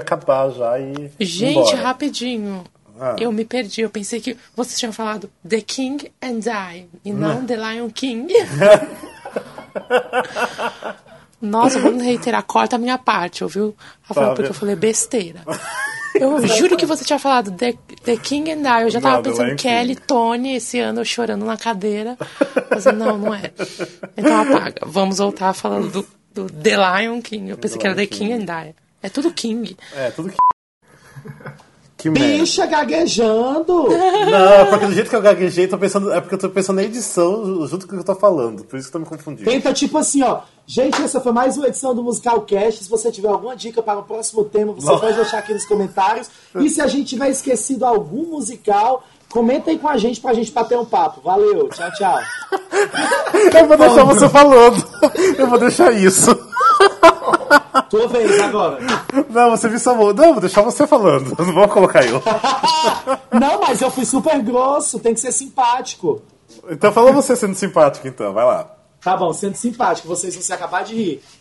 Speaker 4: acabar já e.
Speaker 6: Gente,
Speaker 4: embora.
Speaker 6: rapidinho.
Speaker 4: Ah.
Speaker 6: Eu me perdi, eu pensei que vocês tinham falado The King and I e não The Lion
Speaker 4: [LAUGHS]
Speaker 6: King. Nossa, vamos reiterar, corta a minha parte, ouviu? Rafael,
Speaker 4: Tá,
Speaker 6: porque
Speaker 4: viu?
Speaker 6: eu falei besteira.
Speaker 4: [LAUGHS]
Speaker 6: Eu juro que você tinha falado The, The King and I. Eu já tava
Speaker 4: Não, The
Speaker 6: pensando
Speaker 4: Lion
Speaker 6: Kelly,
Speaker 4: King.
Speaker 6: Tony, esse ano eu chorando na cadeira. Mas não, não é. Então apaga. Vamos voltar falando do, do The Lion King. Eu pensei que era The King and I. É tudo King.
Speaker 4: É, tudo que. [LAUGHS] Que merda.
Speaker 5: Bicha gaguejando!
Speaker 4: Não, porque do jeito que eu gaguejei, tô pensando. É porque eu tô pensando na edição ju- junto com o que eu tô falando. Por isso que eu tô me confundindo.
Speaker 5: Tenta tipo assim, ó. Gente, essa foi mais uma edição do Musical Cast. Se você tiver alguma dica para o próximo tema, você pode deixar aqui nos comentários. E se a gente tiver esquecido algum musical, comenta aí com a gente pra gente bater um papo. Valeu, tchau, tchau.
Speaker 4: [LAUGHS] Eu vou deixar você falando. [LAUGHS] Eu vou deixar isso.
Speaker 5: Tua vez agora. [LAUGHS]
Speaker 4: Não, você me salvou. Não, vou deixar você falando. Eu Não vou colocar eu.
Speaker 5: Não, mas eu fui super grosso, tem que ser simpático.
Speaker 4: Então fala você sendo simpático, então. Vai lá.
Speaker 5: Tá bom, sendo simpático, vocês vão se acabar de rir.